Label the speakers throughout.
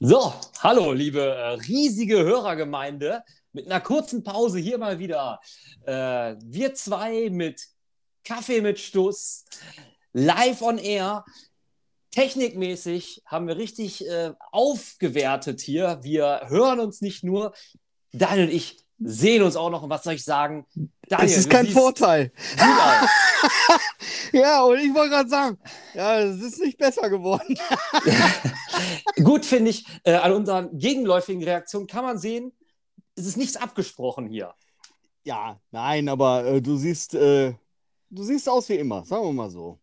Speaker 1: So, hallo, liebe äh, riesige Hörergemeinde. Mit einer kurzen Pause hier mal wieder. Äh, wir zwei mit Kaffee mit Stuss, live on air. Technikmäßig haben wir richtig äh, aufgewertet hier. Wir hören uns nicht nur. Daniel und ich sehen uns auch noch. Und was soll ich sagen? Daniel,
Speaker 2: Es ist
Speaker 1: du
Speaker 2: kein
Speaker 1: siehst
Speaker 2: Vorteil.
Speaker 1: gut aus.
Speaker 2: Ja, und ich wollte gerade sagen, ja, es ist nicht besser geworden.
Speaker 1: Gut finde ich, äh, an unseren gegenläufigen Reaktionen kann man sehen, es ist nichts abgesprochen hier.
Speaker 2: Ja, nein, aber äh, du siehst, äh, du siehst aus wie immer, sagen wir mal so.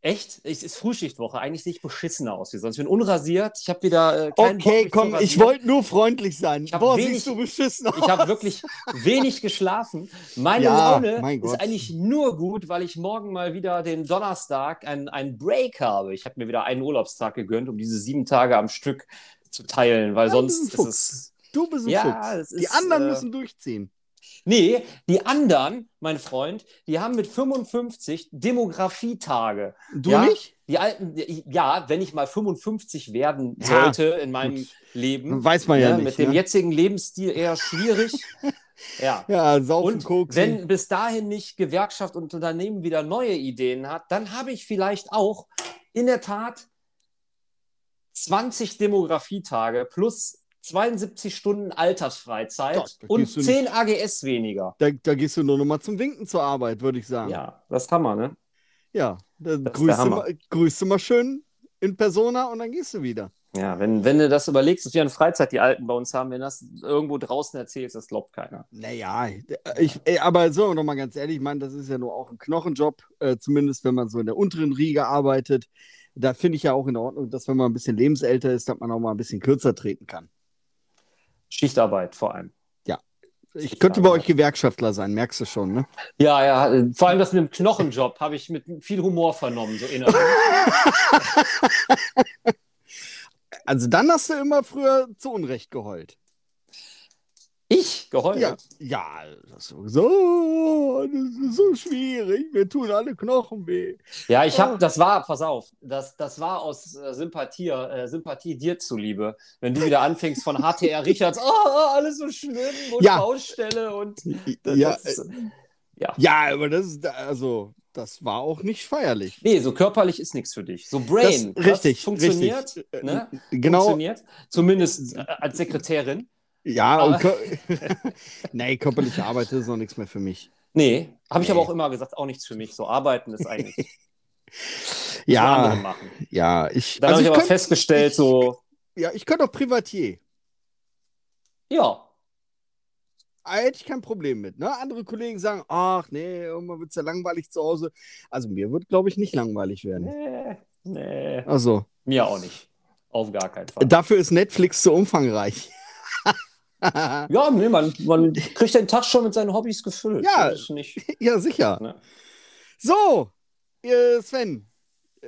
Speaker 1: Echt? Es ist Frühschichtwoche. Eigentlich sehe ich beschissener aus wie sonst. Ich bin unrasiert. Ich habe wieder äh, keinen Bock,
Speaker 2: Okay,
Speaker 1: mich
Speaker 2: komm,
Speaker 1: zu
Speaker 2: ich
Speaker 1: rasieren.
Speaker 2: wollte nur freundlich sein.
Speaker 1: Ich hab
Speaker 2: Boah,
Speaker 1: wenig-
Speaker 2: siehst du beschissen aus.
Speaker 1: Ich habe wirklich wenig geschlafen. Meine
Speaker 2: Ja,
Speaker 1: Laune
Speaker 2: mein
Speaker 1: ist
Speaker 2: Gott.
Speaker 1: eigentlich nur gut, weil ich morgen mal wieder den Donnerstag einen, einen Break habe. Ich habe mir wieder einen Urlaubstag gegönnt, um diese sieben Tage am Stück zu teilen, weil
Speaker 2: Ja, das
Speaker 1: sonst
Speaker 2: ist
Speaker 1: ist
Speaker 2: ein
Speaker 1: es
Speaker 2: Ah, Du bist ein
Speaker 1: Ja,
Speaker 2: Fuchs.
Speaker 1: das
Speaker 2: Die
Speaker 1: ist,
Speaker 2: anderen
Speaker 1: äh,
Speaker 2: müssen durchziehen.
Speaker 1: Nee, die anderen, mein Freund, die haben mit 55 Demografietage.
Speaker 2: Du
Speaker 1: ja,
Speaker 2: nicht?
Speaker 1: Die alten, die- ja, wenn ich mal 55 werden
Speaker 2: Ja,
Speaker 1: sollte in meinem Leben.
Speaker 2: Hm? Weiß man ja,
Speaker 1: ne,
Speaker 2: nicht.
Speaker 1: mit dem
Speaker 2: ne?
Speaker 1: jetzigen Lebensstil eher schwierig. ja.
Speaker 2: ja, saufen,
Speaker 1: Und
Speaker 2: koksen.
Speaker 1: wenn bis dahin nicht Gewerkschaft und Unternehmen wieder neue Ideen hat, dann habe ich vielleicht auch in der Tat 20 Demografietage plus 72 Stunden Altersfreizeit
Speaker 2: Gott, da
Speaker 1: und
Speaker 2: gehst du
Speaker 1: 10 AGS weniger.
Speaker 2: da, da gehst du nur noch mal zum Winken zur Arbeit, würde ich sagen.
Speaker 1: Ja, das ist Hammer, ne?
Speaker 2: ja da
Speaker 1: der
Speaker 2: grüßt, du
Speaker 1: Hammer.
Speaker 2: mal, grüßt du mal schön in Persona und dann gehst du wieder.
Speaker 1: Ja, wenn, wenn du das überlegst, dass wir eine Freizeit die Alten bei uns haben, wenn das irgendwo draußen erzählst, das glaubt keiner.
Speaker 2: Naja, äh, ich, ey, aber so noch mal ganz ehrlich, ich meine, das ist ja nur auch ein Knochenjob, äh, zumindest wenn man so in der unteren Riege arbeitet. Da finde ich ja auch in Ordnung, dass wenn man ein bisschen lebensälter ist, dass man auch mal ein bisschen kürzer treten kann.
Speaker 1: Schichtarbeit vor allem.
Speaker 2: Ich könnte
Speaker 1: Ja.
Speaker 2: bei euch Gewerkschaftler sein, merkst du schon, ne?
Speaker 1: Ja, ja, äh, vor allem das mit dem Knochenjob habe ich mit viel Humor vernommen, so innerlich.
Speaker 2: Also dann hast du immer früher zu Unrecht geheult.
Speaker 1: Ich geheult.
Speaker 2: Ja, Oh, ja, das ist so, das ist so schwierig. Wir tun alle Knochen weh.
Speaker 1: Ja, ich
Speaker 2: Oh.
Speaker 1: habe, das war, pass auf, das, das war aus äh, Sympathie, äh, Sympathie dir zuliebe. Wenn du wieder anfängst von HTR Richards, oh, oh, alles so schlimm und
Speaker 2: Ja.
Speaker 1: Baustelle und äh, das,
Speaker 2: Ja, äh,
Speaker 1: das,
Speaker 2: ja, aber das ist also, das war auch nicht feierlich.
Speaker 1: Nee, so körperlich ist nichts für dich. So Brain,
Speaker 2: Das- richtig,
Speaker 1: das funktioniert,
Speaker 2: richtig. Äh,
Speaker 1: ne?
Speaker 2: Genau,
Speaker 1: Funktioniert, zumindest äh, als Sekretärin.
Speaker 2: Ja,
Speaker 1: Aber-
Speaker 2: und Kör- nee, körperliche Arbeit ist noch nichts mehr für mich.
Speaker 1: Nee, habe ich
Speaker 2: Nee.
Speaker 1: aber auch immer gesagt, auch nichts für mich. So arbeiten ist eigentlich das müssen andere
Speaker 2: Ja,
Speaker 1: machen.
Speaker 2: ja, ich. also
Speaker 1: Dann habe ich
Speaker 2: ich
Speaker 1: aber
Speaker 2: könnt,
Speaker 1: festgestellt,
Speaker 2: ich-
Speaker 1: so,
Speaker 2: ja, ich könnte auch Privatier.
Speaker 1: ja,
Speaker 2: Da hätte ich kein Problem mit. Ne? Andere Kollegen sagen, ach nee, irgendwann wird es ja langweilig zu Hause. Also mir wird, glaube ich, nicht langweilig werden.
Speaker 1: nee, nee,
Speaker 2: Also,
Speaker 1: mir auch nicht. Auf gar keinen Fall.
Speaker 2: dafür ist Netflix zu umfangreich. ja,
Speaker 1: Ja, nee, man, man kriegt den Tag schon mit seinen Hobbys gefüllt.
Speaker 2: Ja.
Speaker 1: Das ist nicht,
Speaker 2: sicher.
Speaker 1: ne?
Speaker 2: So, äh, Sven,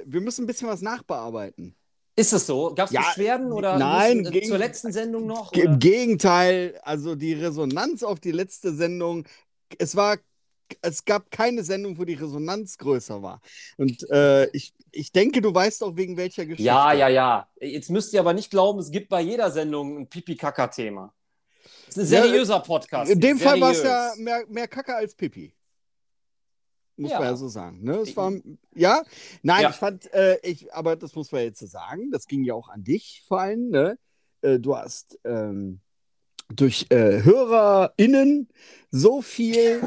Speaker 2: wir müssen ein bisschen was nachbearbeiten.
Speaker 1: Ist es so? Gab es
Speaker 2: Ja,
Speaker 1: Beschwerden oder
Speaker 2: nein,
Speaker 1: müssen, äh,
Speaker 2: gegen-
Speaker 1: zur letzten Sendung noch?
Speaker 2: Im
Speaker 1: Oder?
Speaker 2: Gegenteil, also die Resonanz auf die letzte Sendung, es war, es gab keine Sendung, wo die Resonanz größer war. Und äh, ich, ich denke, du weißt auch wegen welcher Geschichte.
Speaker 1: Ja, ja, ja. Jetzt müsst ihr aber nicht glauben, es gibt bei jeder Sendung ein Pipi-Kaka-Thema. Es ist ein
Speaker 2: Ja, äh,
Speaker 1: seriöser Podcast.
Speaker 2: In dem Fall war es
Speaker 1: seriös.
Speaker 2: ja mehr, mehr Kacke als Pipi. Muss
Speaker 1: Ja.
Speaker 2: man ja so sagen. Ne? Es
Speaker 1: Ich-
Speaker 2: war, ja, nein,
Speaker 1: Ja.
Speaker 2: ich fand, äh, ich, aber das muss man jetzt so sagen, das ging ja auch an dich vor allem. Ne? Äh, du hast ähm, durch äh, HörerInnen so viel,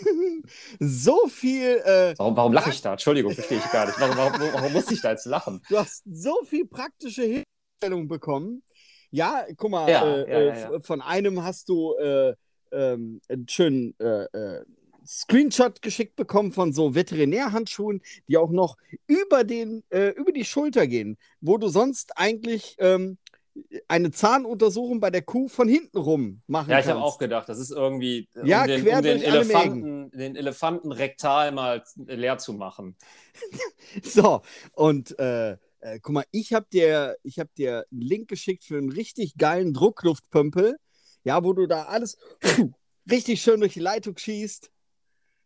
Speaker 2: so viel, äh,
Speaker 1: Warum, warum lache ich da? Entschuldigung, verstehe ich gar nicht. Warum, warum, warum muss ich da jetzt lachen?
Speaker 2: du hast so viel praktische Hilfestellung bekommen. Ja, guck mal,
Speaker 1: Ja,
Speaker 2: äh,
Speaker 1: ja, ja,
Speaker 2: äh,
Speaker 1: ja.
Speaker 2: v- von einem hast du äh, ähm, einen schönen äh, äh, Screenshot geschickt bekommen von so Veterinärhandschuhen, die auch noch über, den, äh, über die Schulter gehen, wo du sonst eigentlich ähm, eine Zahnuntersuchung bei der Kuh von hinten rum machen
Speaker 1: Ja, ich
Speaker 2: kannst.
Speaker 1: habe auch gedacht, das ist irgendwie, äh,
Speaker 2: Ja,
Speaker 1: um, den,
Speaker 2: quer
Speaker 1: um den,
Speaker 2: durch alle
Speaker 1: Elefanten, den Elefanten rektal mal leer zu machen.
Speaker 2: So, und äh, äh, guck mal, ich habe dir, ich hab dir einen Link geschickt für einen richtig geilen Druckluftpömpel, ja, wo du da alles richtig schön durch die Leitung schießt.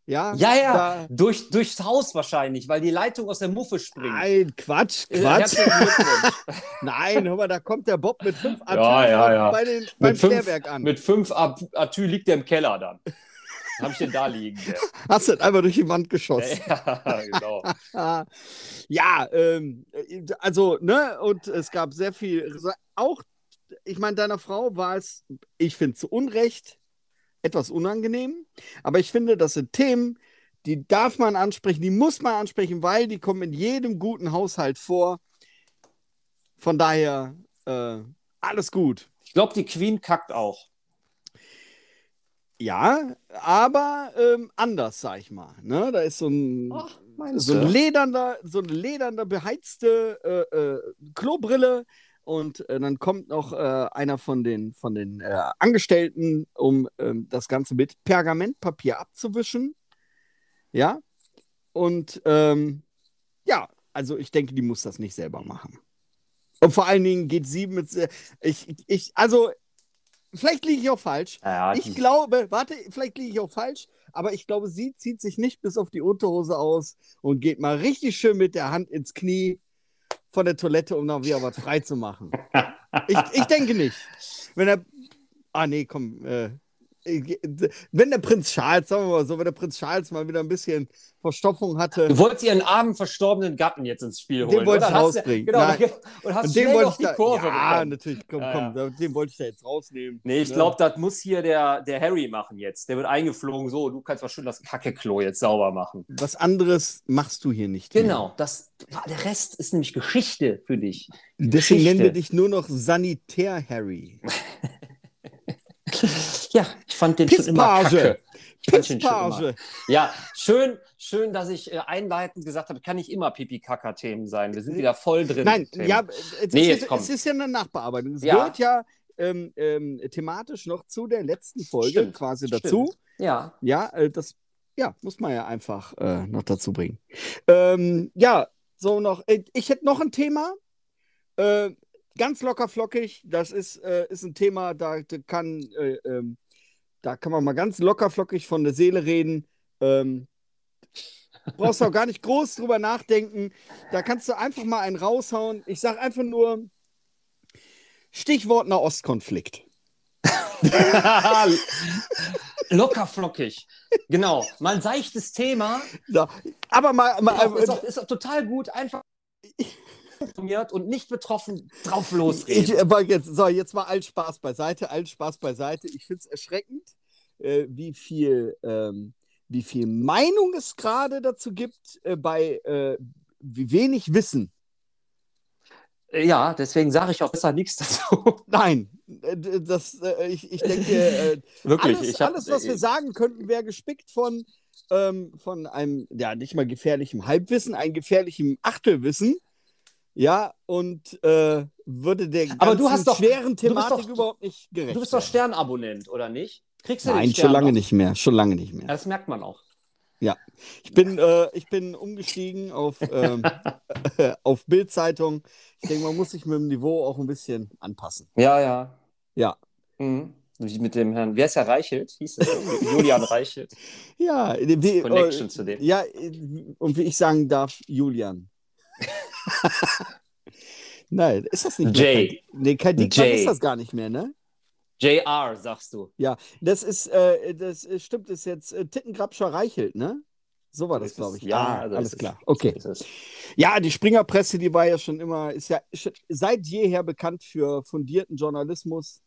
Speaker 2: Ja,
Speaker 1: Ja, ja,
Speaker 2: Da,
Speaker 1: durch, durchs Haus wahrscheinlich, weil die Leitung aus der Muffe springt.
Speaker 2: nein, Quatsch,
Speaker 1: Äh,
Speaker 2: Quatsch.
Speaker 1: herzlichen Glückwunsch.
Speaker 2: Nein, hör mal, da kommt der Bob mit fünf Atüren
Speaker 1: ja, ja.
Speaker 2: bei den, beim
Speaker 1: mit fünf,
Speaker 2: Klärwerk an.
Speaker 1: mit fünf At- Atü liegt der im Keller dann. Habe ich den da liegen.
Speaker 2: Hast du das einfach durch die Wand
Speaker 1: Der.
Speaker 2: geschossen.
Speaker 1: Ja, genau.
Speaker 2: Ah, ja, ähm, äh, also, ne, und es gab sehr viel. Auch, ich meine, deiner Frau war es, ich finde zu Unrecht, etwas unangenehm. Aber ich finde, das sind Themen, die darf man ansprechen, die muss man ansprechen, weil die kommen in jedem guten Haushalt vor. Von daher, äh, alles gut.
Speaker 1: Ich glaube, die Queen kackt auch.
Speaker 2: Ja, aber ähm, anders, sag ich mal. Ne? Da ist so ein.
Speaker 1: Oh, meinst
Speaker 2: so ein ledernder, so eine ledernder, beheizte äh, äh, Klobrille. Und äh, dann kommt noch äh, einer von den, von den äh, Angestellten, um ähm, das Ganze mit Pergamentpapier abzuwischen. Ja. Und ähm, ja, also ich denke, die muss das nicht selber machen. Und vor allen Dingen geht sie mit. se- Ich, ich, also, vielleicht liege ich auch falsch.
Speaker 1: Ja,
Speaker 2: Ich
Speaker 1: die,
Speaker 2: glaube, warte, vielleicht liege ich auch falsch, aber ich glaube, sie zieht sich nicht bis auf die Unterhose aus und geht mal richtig schön mit der Hand ins Knie von der Toilette, um noch wieder was frei zu machen. ich, ich denke nicht. Wenn er. Ah, nee, komm. Äh, ich- wenn der Prinz Charles, sagen wir mal so, wenn der Prinz Charles mal wieder ein bisschen Verstopfung hatte,
Speaker 1: du wolltest ihren armen, verstorbenen Gatten jetzt ins Spiel
Speaker 2: Den
Speaker 1: holen.
Speaker 2: wollte ich
Speaker 1: oder? Hast du-
Speaker 2: rausbringen.
Speaker 1: Genau,
Speaker 2: Nein.
Speaker 1: und hast
Speaker 2: den
Speaker 1: schnell
Speaker 2: wollte
Speaker 1: noch
Speaker 2: ich
Speaker 1: die
Speaker 2: da.
Speaker 1: Kurve
Speaker 2: ja,
Speaker 1: bekommen.
Speaker 2: natürlich, komm,
Speaker 1: Ja,
Speaker 2: komm, den wollte ich da jetzt rausnehmen. ne?
Speaker 1: Nee, ich
Speaker 2: Ja.
Speaker 1: glaube, das muss hier der, der Harry machen jetzt. Der wird eingeflogen, so, du kannst mal schön das Kacke-Klo jetzt sauber machen.
Speaker 2: Was anderes machst du hier nicht. mehr.
Speaker 1: Genau, das, der Rest ist nämlich Geschichte für dich.
Speaker 2: Deswegen nennen wir
Speaker 1: Geschichte.
Speaker 2: dich nur noch Sanitär-Harry.
Speaker 1: Ja, ich fand den schon immer
Speaker 2: Pisspage.
Speaker 1: kacke. Ich fand den schon immer-
Speaker 2: Pisspage.
Speaker 1: Ja, schön, schön, dass ich äh, einleitend gesagt habe, kann nicht immer Pipi-Kaka-Themen sein. Wir sind wieder voll drin.
Speaker 2: Äh, Nein,
Speaker 1: Themen.
Speaker 2: ja, äh, es,
Speaker 1: Nee,
Speaker 2: ist,
Speaker 1: jetzt komm.
Speaker 2: es ist ja eine Nachbearbeitung. Es
Speaker 1: Ja.
Speaker 2: gehört ja ähm, ähm, thematisch noch zu der letzten Folge
Speaker 1: Stimmt,
Speaker 2: quasi
Speaker 1: stimmt.
Speaker 2: dazu.
Speaker 1: Ja,
Speaker 2: Ja, äh, das ja, muss man ja einfach äh, noch dazu bringen. Ähm, ja, so noch. äh, Ich hätte noch ein Thema. Äh, ganz locker flockig. Das ist, äh, ist ein Thema, da, da kann, äh, ähm, da kann man mal ganz locker flockig von der Seele reden. Ähm, brauchst auch gar nicht groß drüber nachdenken. Da kannst du einfach mal einen raushauen. Ich sag einfach nur Stichwort Nahostkonflikt.
Speaker 1: locker flockig. Genau, mal ein seichtes Thema.
Speaker 2: So, aber mal, äh, mal
Speaker 1: Genau, Ist auch, ist auch total gut, einfach informiert und nicht betroffen drauf
Speaker 2: Ich,
Speaker 1: losreden.
Speaker 2: aber jetzt, so, jetzt mal allen Spaß beiseite, allen Spaß beiseite. Ich finde es erschreckend, äh, wie, viel, ähm, wie viel Meinung es gerade dazu gibt, äh, bei äh, wie wenig Wissen.
Speaker 1: ja, deswegen sage ich auch besser nichts dazu.
Speaker 2: Nein, äh, d- das, äh, ich, ich denke, äh,
Speaker 1: Wirklich,
Speaker 2: alles,
Speaker 1: ich hab, äh,
Speaker 2: alles, was wir sagen könnten, wäre gespickt von, ähm, von einem, ja, nicht mal gefährlichem Halbwissen, einem gefährlichen Achtelwissen. Ja, und äh, würde der
Speaker 1: Aber du
Speaker 2: ganzen
Speaker 1: hast doch-
Speaker 2: schweren
Speaker 1: bist doch-
Speaker 2: Thematik überhaupt nicht gerecht.
Speaker 1: Du bist doch
Speaker 2: werden.
Speaker 1: Sternabonnent, oder nicht? Kriegst du den
Speaker 2: Nein,
Speaker 1: Stern
Speaker 2: schon lange
Speaker 1: noch?
Speaker 2: nicht mehr. Schon lange nicht
Speaker 1: Ja,
Speaker 2: mehr.
Speaker 1: das merkt man auch.
Speaker 2: Ich bin, äh, ich bin umgestiegen auf, ähm, auf Bild-Zeitung. Ich denke, man muss sich mit dem Niveau auch ein bisschen anpassen.
Speaker 1: Ja, ja.
Speaker 2: Ja.
Speaker 1: Mhm. Wie Mit dem Herrn, wer ist ja Reichelt? Hieß es? Julian Reichelt.
Speaker 2: Ja, wie,
Speaker 1: Connection
Speaker 2: äh,
Speaker 1: zu dem.
Speaker 2: ja, äh, und wie ich sagen darf, Julian. Nein, ist das nicht mehr?
Speaker 1: Jay.
Speaker 2: Nee, kein Diekmann
Speaker 1: Jay.
Speaker 2: ist das gar nicht mehr, ne?
Speaker 1: JR, sagst du.
Speaker 2: Das ist, äh, das äh, stimmt, ist jetzt äh, Tittengrabscher Reichelt, ne? So war das,
Speaker 1: Ist es-
Speaker 2: glaube ich.
Speaker 1: ja,
Speaker 2: ah,
Speaker 1: also ist
Speaker 2: alles
Speaker 1: es-
Speaker 2: klar. Okay.
Speaker 1: Ist es.
Speaker 2: Ja, die Springerpresse, die war ja schon immer, ist ja sch- seit jeher bekannt für fundierten Journalismus.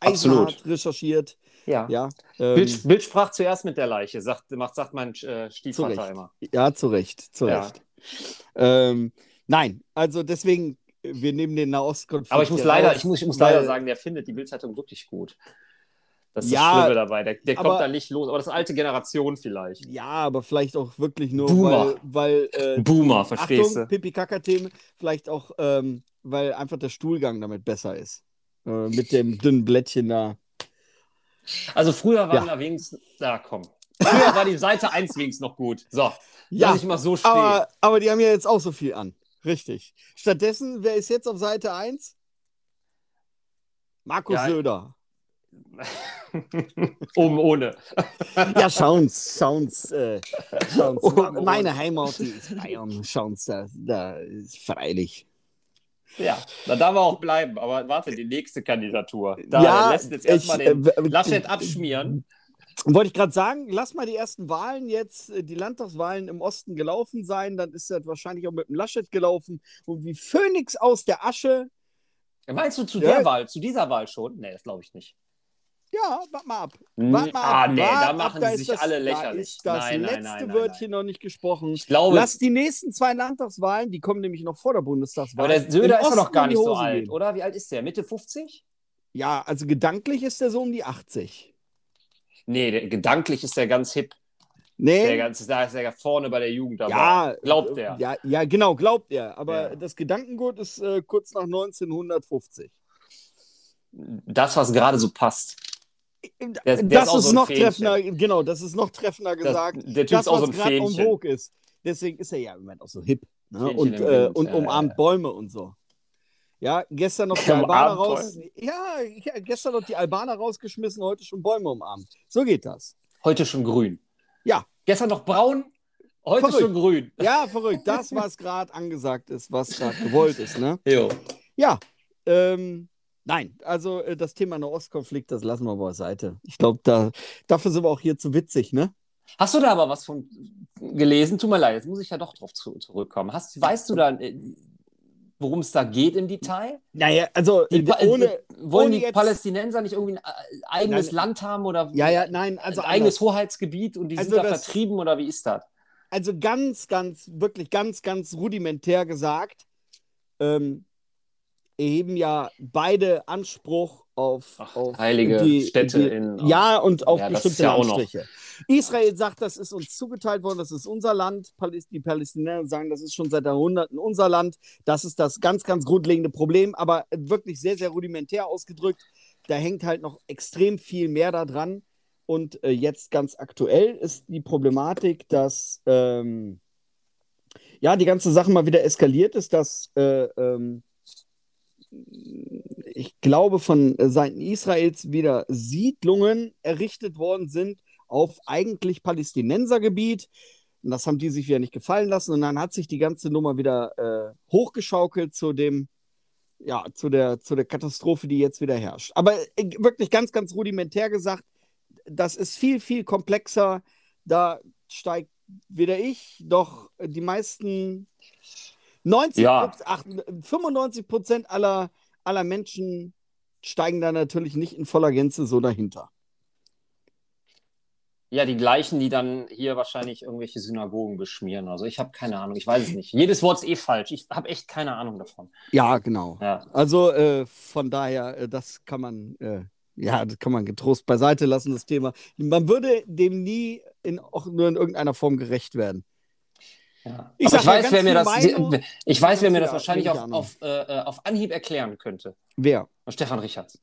Speaker 1: Absolut.
Speaker 2: Eisenhart recherchiert.
Speaker 1: Ja.
Speaker 2: Ja, ähm,
Speaker 1: Bild, Bild sprach zuerst mit der Leiche, sagt, macht, sagt mein äh,
Speaker 2: Zu
Speaker 1: Stiefvater
Speaker 2: Recht.
Speaker 1: immer.
Speaker 2: ja zu Recht, zu
Speaker 1: Ja.
Speaker 2: Recht. Ähm, nein, also deswegen, wir nehmen den Nahostkonflikt.
Speaker 1: Aber ich muss
Speaker 2: hier
Speaker 1: leider,
Speaker 2: raus,
Speaker 1: ich muss, ich muss
Speaker 2: weil-
Speaker 1: leider sagen, der findet die Bildzeitung wirklich gut. Das ist
Speaker 2: Ja,
Speaker 1: das Schlimme dabei. Der, der
Speaker 2: aber-
Speaker 1: kommt da nicht los. Aber das ist alte Generation vielleicht.
Speaker 2: Ja, aber vielleicht auch wirklich nur,
Speaker 1: Boomer.
Speaker 2: weil, weil äh,
Speaker 1: Boomer, verstehst
Speaker 2: Achtung,
Speaker 1: du?
Speaker 2: Pipi-Kaka-Themen, vielleicht auch, ähm, weil einfach der Stuhlgang damit besser ist. Äh, mit dem dünnen Blättchen da.
Speaker 1: Also früher
Speaker 2: Ja.
Speaker 1: waren da wenigstens, da komm. Früher war die Seite 1 wenigstens noch gut. So, lass ich mal so stehen.
Speaker 2: Aber, aber die haben ja jetzt auch so viel an. Richtig. Stattdessen, wer ist jetzt auf Seite 1? Markus
Speaker 1: Ja.
Speaker 2: Söder.
Speaker 1: Oben Um, ohne.
Speaker 2: Ja, schauen's, schauen's. Äh, schauen's.
Speaker 1: Oh,
Speaker 2: Ma-
Speaker 1: oh.
Speaker 2: Meine Heimat die ist Bayern. Schauen's, da, da ist freilich.
Speaker 1: Ja, da darf er auch bleiben. Aber warte, die nächste Kandidatur. Da
Speaker 2: Ja,
Speaker 1: lässt jetzt erstmal
Speaker 2: ich,
Speaker 1: den
Speaker 2: äh, w-
Speaker 1: Laschet abschmieren.
Speaker 2: Wollte ich gerade sagen, lass mal die ersten Wahlen jetzt, äh, die Landtagswahlen im Osten gelaufen sein, dann ist das wahrscheinlich auch mit dem Laschet gelaufen. Und wie Phönix aus der Asche,
Speaker 1: Meinst du zu
Speaker 2: Ja.
Speaker 1: der Wahl, zu dieser Wahl schon? Nee, das glaube ich nicht.
Speaker 2: ja, warte mal ab.
Speaker 1: Hm,
Speaker 2: Wart mal
Speaker 1: ah,
Speaker 2: ab,
Speaker 1: nee,
Speaker 2: wart
Speaker 1: da
Speaker 2: ab,
Speaker 1: machen
Speaker 2: ist
Speaker 1: sie sich
Speaker 2: das,
Speaker 1: alle
Speaker 2: Da
Speaker 1: lächerlich.
Speaker 2: ist das
Speaker 1: nein,
Speaker 2: letzte
Speaker 1: nein, nein, nein, nein.
Speaker 2: Wörtchen noch nicht gesprochen.
Speaker 1: Ich glaube,
Speaker 2: Lass die nächsten zwei Landtagswahlen, die kommen nämlich noch vor der Bundestagswahl.
Speaker 1: aber der Söder
Speaker 2: im
Speaker 1: ist doch noch
Speaker 2: Osten
Speaker 1: gar
Speaker 2: in die
Speaker 1: nicht so
Speaker 2: Hose
Speaker 1: alt,
Speaker 2: gehen.
Speaker 1: oder? Wie alt ist der? Mitte 50?
Speaker 2: Ja, also gedanklich ist er so um die 80.
Speaker 1: Nee, der, gedanklich ist der ganz hip. Der
Speaker 2: Nee,
Speaker 1: ganz, da ist er vorne bei der Jugend dabei.
Speaker 2: Äh. ja,
Speaker 1: Glaubt er.
Speaker 2: Ja, ja, genau, glaubt er. Aber
Speaker 1: Ja.
Speaker 2: das Gedankengut ist äh, kurz nach 1950.
Speaker 1: Das, was gerade so passt. der ist
Speaker 2: das
Speaker 1: auch
Speaker 2: ist
Speaker 1: so ein
Speaker 2: noch
Speaker 1: Fähnchen.
Speaker 2: treffender, genau, das ist noch treffender
Speaker 1: Das,
Speaker 2: gesagt.
Speaker 1: der Typ
Speaker 2: das,
Speaker 1: ist auch so
Speaker 2: was
Speaker 1: ein
Speaker 2: gerade en
Speaker 1: Fähnchen.
Speaker 2: vogue ist. Deswegen ist er ja im Moment auch so hip. Ne?
Speaker 1: Fähnchen
Speaker 2: Und,
Speaker 1: im
Speaker 2: äh,
Speaker 1: Wind,
Speaker 2: und
Speaker 1: ja,
Speaker 2: umarmt Bäume und so. Ja, gestern noch die
Speaker 1: Umarmt
Speaker 2: Albaner raus. Ja, ja, gestern noch die Albaner rausgeschmissen, heute schon Bäume umarmt. So geht das.
Speaker 1: Heute schon grün.
Speaker 2: Ja.
Speaker 1: Gestern noch braun, heute
Speaker 2: Verrückt.
Speaker 1: schon grün.
Speaker 2: Ja, verrückt. Das, was gerade angesagt ist, was gerade gewollt ist, ne?
Speaker 1: Jo.
Speaker 2: Ja, ähm, nein, also äh, das Thema Nahostkonflikt, das lassen wir beiseite. Ich glaube, da, dafür sind wir auch hier zu witzig, ne?
Speaker 1: Hast du da aber was von gelesen? Tut mir leid, jetzt muss ich ja doch drauf zu, zurückkommen. Hast, weißt du dann, äh, worum es da geht im Detail?
Speaker 2: Naja, also
Speaker 1: Die
Speaker 2: äh,
Speaker 1: Pa-
Speaker 2: ohne.
Speaker 1: Wollen
Speaker 2: ohne
Speaker 1: die
Speaker 2: jetzt-
Speaker 1: Palästinenser nicht irgendwie ein äh, eigenes
Speaker 2: Nein.
Speaker 1: Land haben oder
Speaker 2: Ja, ja, nein, also
Speaker 1: ein eigenes
Speaker 2: anders.
Speaker 1: Hoheitsgebiet und die sind
Speaker 2: Also
Speaker 1: da
Speaker 2: das-
Speaker 1: vertrieben oder wie ist das?
Speaker 2: Also ganz, ganz, wirklich ganz, ganz rudimentär gesagt, ähm, erheben ja beide Anspruch auf,
Speaker 1: Ach,
Speaker 2: auf
Speaker 1: heilige
Speaker 2: die,
Speaker 1: Städte
Speaker 2: die,
Speaker 1: in.
Speaker 2: Ja, Ah, und auf
Speaker 1: Ja, das ist
Speaker 2: bestimmte
Speaker 1: ja auch noch-
Speaker 2: Landstriche. Israel sagt, das ist uns zugeteilt worden, das ist unser Land. Paläst- Die Palästinenser sagen, das ist schon seit Jahrhunderten unser Land. Das ist das ganz, ganz grundlegende Problem, aber wirklich sehr, sehr rudimentär ausgedrückt. Da hängt halt noch extrem viel mehr da dran. Und äh, jetzt ganz aktuell ist die Problematik, dass ähm, ja die ganze Sache mal wieder eskaliert ist, dass äh, ähm, ich glaube, von äh, Seiten Israels wieder Siedlungen errichtet worden sind auf eigentlich Palästinensergebiet. Und das haben die sich wieder nicht gefallen lassen. Und dann hat sich die ganze Nummer wieder äh, hochgeschaukelt zu dem, ja, zu der, zu der Katastrophe, die jetzt wieder herrscht. Aber äh, wirklich ganz, ganz rudimentär gesagt, das ist viel, viel komplexer. Da steigt weder ich, doch die meisten 90,
Speaker 1: Ja.
Speaker 2: ach, 95 Prozent aller, aller Menschen steigen da natürlich nicht in voller Gänze so dahinter.
Speaker 1: Ja, die gleichen, die dann hier wahrscheinlich irgendwelche Synagogen beschmieren. Also ich habe keine Ahnung, ich weiß es nicht. Jedes Wort ist eh falsch. Ich habe echt keine Ahnung davon.
Speaker 2: Ja, genau.
Speaker 1: Ja.
Speaker 2: Also äh, von daher, äh, das kann man, äh, ja, das kann man getrost beiseite lassen, das Thema. Man würde dem nie in, auch nur in irgendeiner Form gerecht werden.
Speaker 1: Ja.
Speaker 2: Ich
Speaker 1: Ich, Aber
Speaker 2: sag
Speaker 1: ich
Speaker 2: ja
Speaker 1: weiß,
Speaker 2: ganz
Speaker 1: wer mir
Speaker 2: viel
Speaker 1: das,
Speaker 2: Meinung.
Speaker 1: ich weiß, wer mir das
Speaker 2: Ja,
Speaker 1: wahrscheinlich
Speaker 2: wenig
Speaker 1: auf,
Speaker 2: Ahnung.
Speaker 1: auf, äh, auf Anhieb erklären könnte.
Speaker 2: Wer?
Speaker 1: Stefan Richards.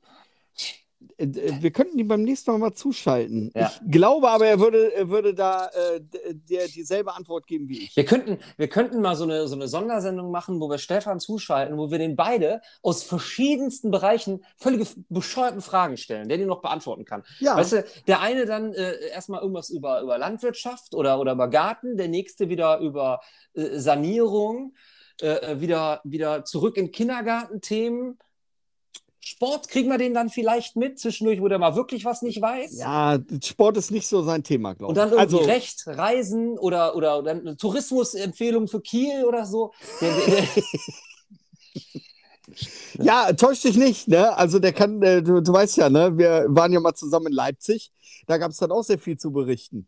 Speaker 2: Äh, äh, Wir könnten ihn beim nächsten Mal mal zuschalten.
Speaker 1: Ja.
Speaker 2: Ich glaube aber, er würde, er würde da äh, d- dir dieselbe Antwort geben wie ich.
Speaker 1: Wir könnten, wir könnten mal so eine, so eine Sondersendung machen, wo wir Stefan zuschalten, wo wir den beide aus verschiedensten Bereichen völlige bescheuerten Fragen stellen, der die noch beantworten kann.
Speaker 2: Ja,
Speaker 1: Weißt du, der eine dann äh, erstmal irgendwas über, über Landwirtschaft oder, oder über Garten, der nächste wieder über äh, Sanierung, äh, äh, wieder, wieder zurück in Kindergartenthemen. Sport kriegen wir den dann vielleicht mit, zwischendurch, wo der mal wirklich was nicht weiß.
Speaker 2: ja, Sport ist nicht so sein Thema, glaube ich.
Speaker 1: Und dann irgendwie
Speaker 2: also,
Speaker 1: Recht, Reisen oder, oder, oder eine Tourismusempfehlung für Kiel oder so. Der, der, der, ne?
Speaker 2: Ja, täusch dich nicht, ne? Also der kann, äh, du, du weißt ja, ne? Wir waren ja mal zusammen in Leipzig. Da gab es dann auch sehr viel zu berichten.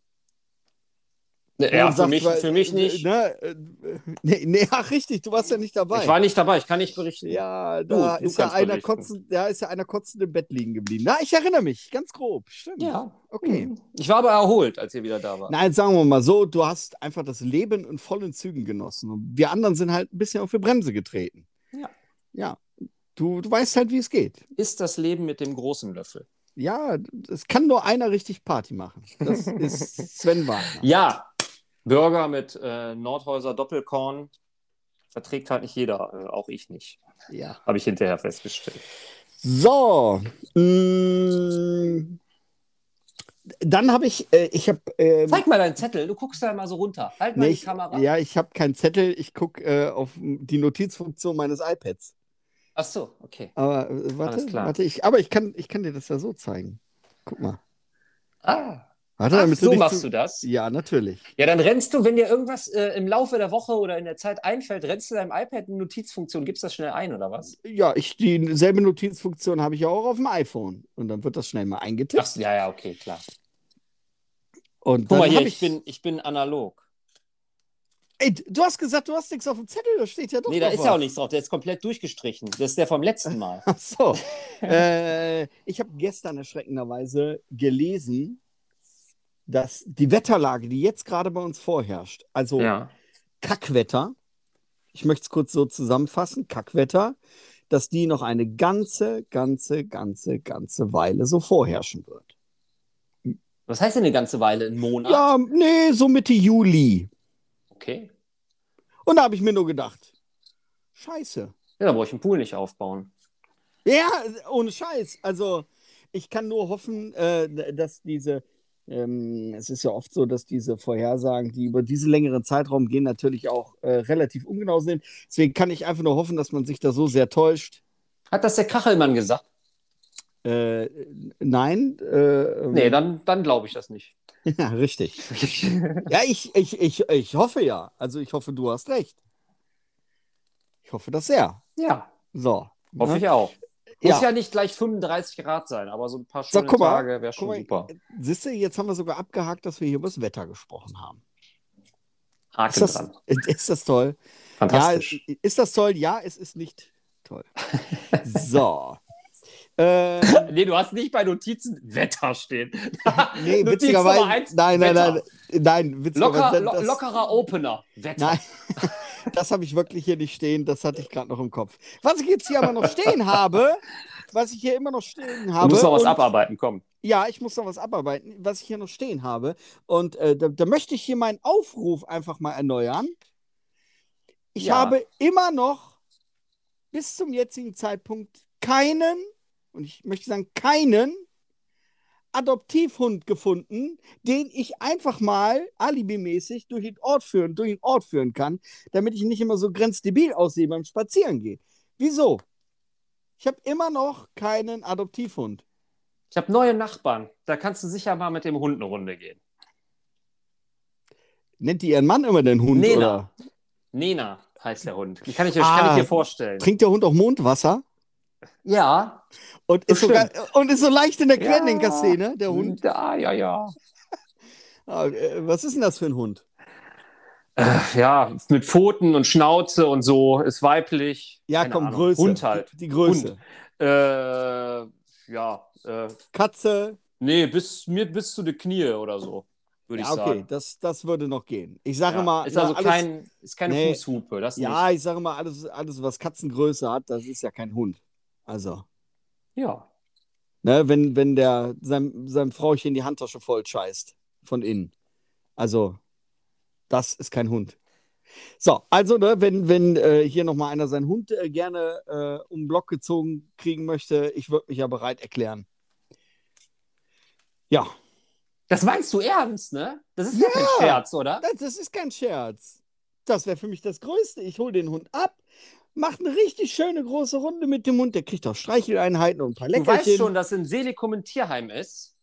Speaker 1: ja,
Speaker 2: Man
Speaker 1: für
Speaker 2: sagt,
Speaker 1: mich,
Speaker 2: weil-
Speaker 1: für mich nicht.
Speaker 2: Ne, äh, nee, nee, ach richtig, du warst ja nicht dabei.
Speaker 1: Ich war nicht dabei, ich kann nicht berichten.
Speaker 2: ja,
Speaker 1: Du,
Speaker 2: da
Speaker 1: du
Speaker 2: ist ja
Speaker 1: kannst
Speaker 2: einer
Speaker 1: berichten.
Speaker 2: kotzend, da ist ja einer kotzend im Bett liegen geblieben. Na, ich erinnere mich, ganz grob, stimmt.
Speaker 1: Ja. Mhm.
Speaker 2: Okay.
Speaker 1: Ich war aber erholt, als ihr wieder da war.
Speaker 2: Nein, sagen wir mal so, du hast einfach das Leben in vollen Zügen genossen. Und wir anderen sind halt ein bisschen auf die Bremse getreten.
Speaker 1: Ja.
Speaker 2: Ja. Du, du weißt halt, wie es geht.
Speaker 1: Ist das Leben mit dem großen Löffel?
Speaker 2: Ja, es kann nur einer richtig Party machen. Das ist Sven Wagner.
Speaker 1: Ja, Burger mit äh, Nordhäuser Doppelkorn verträgt halt nicht jeder, äh, auch ich nicht,
Speaker 2: Ja.
Speaker 1: habe ich hinterher festgestellt.
Speaker 2: So. Mm. Dann habe ich, äh, ich habe. ähm,
Speaker 1: Zeig mal deinen Zettel, du guckst da mal so runter. Halt mal
Speaker 2: nee,
Speaker 1: die Kamera.
Speaker 2: ich, ja, ich habe keinen Zettel. Ich gucke äh, auf die Notizfunktion meines iPads.
Speaker 1: Ach so, okay.
Speaker 2: Aber äh, warte,
Speaker 1: Alles klar.
Speaker 2: warte, ich, aber ich kann, ich kann dir das ja so zeigen. Guck mal.
Speaker 1: Ah,
Speaker 2: Warte,
Speaker 1: ach, so
Speaker 2: nicht
Speaker 1: machst
Speaker 2: zu-
Speaker 1: du das.
Speaker 2: Ja, natürlich.
Speaker 1: Ja, dann rennst du, wenn dir irgendwas äh, im Laufe der Woche oder in der Zeit einfällt, rennst du deinem iPad eine Notizfunktion, gibst das schnell ein oder was?
Speaker 2: Ja, ich, dieselbe Notizfunktion habe ich ja auch auf dem iPhone. Und dann wird das schnell mal eingetippt.
Speaker 1: Ach, ja, ja, okay, klar.
Speaker 2: Und
Speaker 1: Guck
Speaker 2: dann
Speaker 1: mal hier,
Speaker 2: habe
Speaker 1: ich bin, ich bin analog.
Speaker 2: Ey, du hast gesagt, du hast nichts auf dem Zettel, da steht ja doch.
Speaker 1: Nee, da
Speaker 2: noch
Speaker 1: ist
Speaker 2: was.
Speaker 1: ja auch nichts drauf, der ist komplett durchgestrichen. Das ist der vom letzten Mal.
Speaker 2: Ach so. äh, ich habe gestern erschreckenderweise gelesen, dass die Wetterlage, die jetzt gerade bei uns vorherrscht, also Kackwetter, ich möchte es kurz so zusammenfassen, Kackwetter, dass die noch eine ganze, ganze, ganze, ganze Weile so vorherrschen wird.
Speaker 1: Was heißt denn eine ganze Weile? Ein Monat?
Speaker 2: Ja, nee, so Mitte Juli.
Speaker 1: Okay.
Speaker 2: Und da habe ich mir nur gedacht, scheiße.
Speaker 1: Ja, da brauche ich einen Pool nicht aufbauen.
Speaker 2: Ja, ohne Scheiß. Also, ich kann nur hoffen, äh, dass diese, ähm, es ist ja oft so, dass diese Vorhersagen, die über diesen längeren Zeitraum gehen, natürlich auch äh, relativ ungenau sind. Deswegen kann ich einfach nur hoffen, dass man sich da so sehr täuscht.
Speaker 1: Hat das der Kachelmann gesagt?
Speaker 2: Äh, nein. Äh,
Speaker 1: Nee,
Speaker 2: ähm,
Speaker 1: dann, dann glaube ich das nicht.
Speaker 2: ja, richtig. Ja, ich, ich, ich, ich hoffe ja. Also, ich hoffe, du hast recht. Ich hoffe das sehr.
Speaker 1: ja,
Speaker 2: So.
Speaker 1: hoffe ich auch.
Speaker 2: Ja.
Speaker 1: Muss ja nicht gleich 35 Grad sein, aber so ein paar schöne
Speaker 2: guck mal,
Speaker 1: Tage wäre schon
Speaker 2: guck mal,
Speaker 1: super.
Speaker 2: Siehst du, jetzt haben wir sogar abgehakt, dass wir hier über das Wetter gesprochen haben.
Speaker 1: Haken
Speaker 2: Ist das,
Speaker 1: dran.
Speaker 2: ist das toll? Ja,
Speaker 1: Fantastisch.
Speaker 2: ist das toll? Ja, es ist nicht toll. So. ähm,
Speaker 1: Nee, du hast nicht bei Notizen Wetter stehen.
Speaker 2: nee,
Speaker 1: Notiz
Speaker 2: witzigerweise.
Speaker 1: Nummer eins,
Speaker 2: nein, nein,
Speaker 1: Wetter.
Speaker 2: nein, nein,
Speaker 1: Locker,
Speaker 2: witzigerweise.
Speaker 1: lo
Speaker 2: das,
Speaker 1: lockerer Opener. Wetter.
Speaker 2: Nein, das habe ich wirklich hier nicht stehen. Das hatte ich gerade noch im Kopf. Was ich jetzt hier aber noch stehen habe, was ich hier immer noch stehen
Speaker 1: du
Speaker 2: habe.
Speaker 1: musst noch was
Speaker 2: und-
Speaker 1: abarbeiten, komm.
Speaker 2: Ja, ich muss noch was abarbeiten, was ich hier noch stehen habe. Und äh, da, da möchte ich hier meinen Aufruf einfach mal erneuern. Ich
Speaker 1: Ja.
Speaker 2: habe immer noch bis zum jetzigen Zeitpunkt keinen, und ich möchte sagen, keinen Adoptivhund gefunden, den ich einfach mal alibimäßig durch den Ort führen, durch den Ort führen kann, damit ich nicht immer so grenzdebil aussehe beim Spazierengehen. Wieso? Ich habe immer noch keinen Adoptivhund.
Speaker 1: Ich habe neue Nachbarn. Da kannst du sicher mal mit dem Hund eine Runde gehen.
Speaker 2: Nennt die ihren Mann immer den Hund?
Speaker 1: Nena.
Speaker 2: Oder?
Speaker 1: Nena heißt der Hund. Die kann ich, kann
Speaker 2: Ah.
Speaker 1: ich dir vorstellen.
Speaker 2: Trinkt der Hund auch Mondwasser?
Speaker 1: Ja,
Speaker 2: Und ist, sogar,
Speaker 1: Bestimmt.
Speaker 2: und ist so leicht in der
Speaker 1: Ja. Mhm.
Speaker 2: Querdenker-Szene, der Hund.
Speaker 1: Ja, ja, ja.
Speaker 2: Ah, äh, Was ist denn das für ein Hund?
Speaker 1: Äh, ja, mit Pfoten und Schnauze und so, ist weiblich.
Speaker 2: Ja,
Speaker 1: Keine
Speaker 2: komm,
Speaker 1: Ahnung.
Speaker 2: Größe.
Speaker 1: Hund halt.
Speaker 2: Die, die Größe.
Speaker 1: Hund. Äh, ja, äh,
Speaker 2: Katze.
Speaker 1: nee, bis, mir bis zu den Knie oder so, würde ich
Speaker 2: Ja, okay,
Speaker 1: sagen.
Speaker 2: das, das würde noch gehen. Ich sage
Speaker 1: ja.
Speaker 2: mal,
Speaker 1: ist also
Speaker 2: na, alles,
Speaker 1: kein, ist keine
Speaker 2: Nee.
Speaker 1: Fußhupe, das nicht.
Speaker 2: ja, ich sage mal, alles, alles, was Katzengröße hat, das ist ja kein Hund. Also,
Speaker 1: Ja.
Speaker 2: ne, wenn, wenn der seinem, seinem Frauchen die Handtasche voll scheißt von innen. Also, das ist kein Hund. So, also ne, wenn, wenn äh, hier nochmal einer seinen Hund äh, gerne äh, um den Block gezogen kriegen möchte, ich würde mich ja bereit erklären. Ja,
Speaker 1: Das meinst du ernst, ne? Das ist ja kein Scherz, oder?
Speaker 2: das, das ist kein Scherz. Das wäre für mich das Größte. Ich hole den Hund ab, mache eine richtig schöne große Runde mit dem Hund. Der kriegt auch Streicheleinheiten und ein paar
Speaker 1: Du
Speaker 2: Leckerchen.
Speaker 1: weißt schon, dass in Selikum ein Tierheim ist.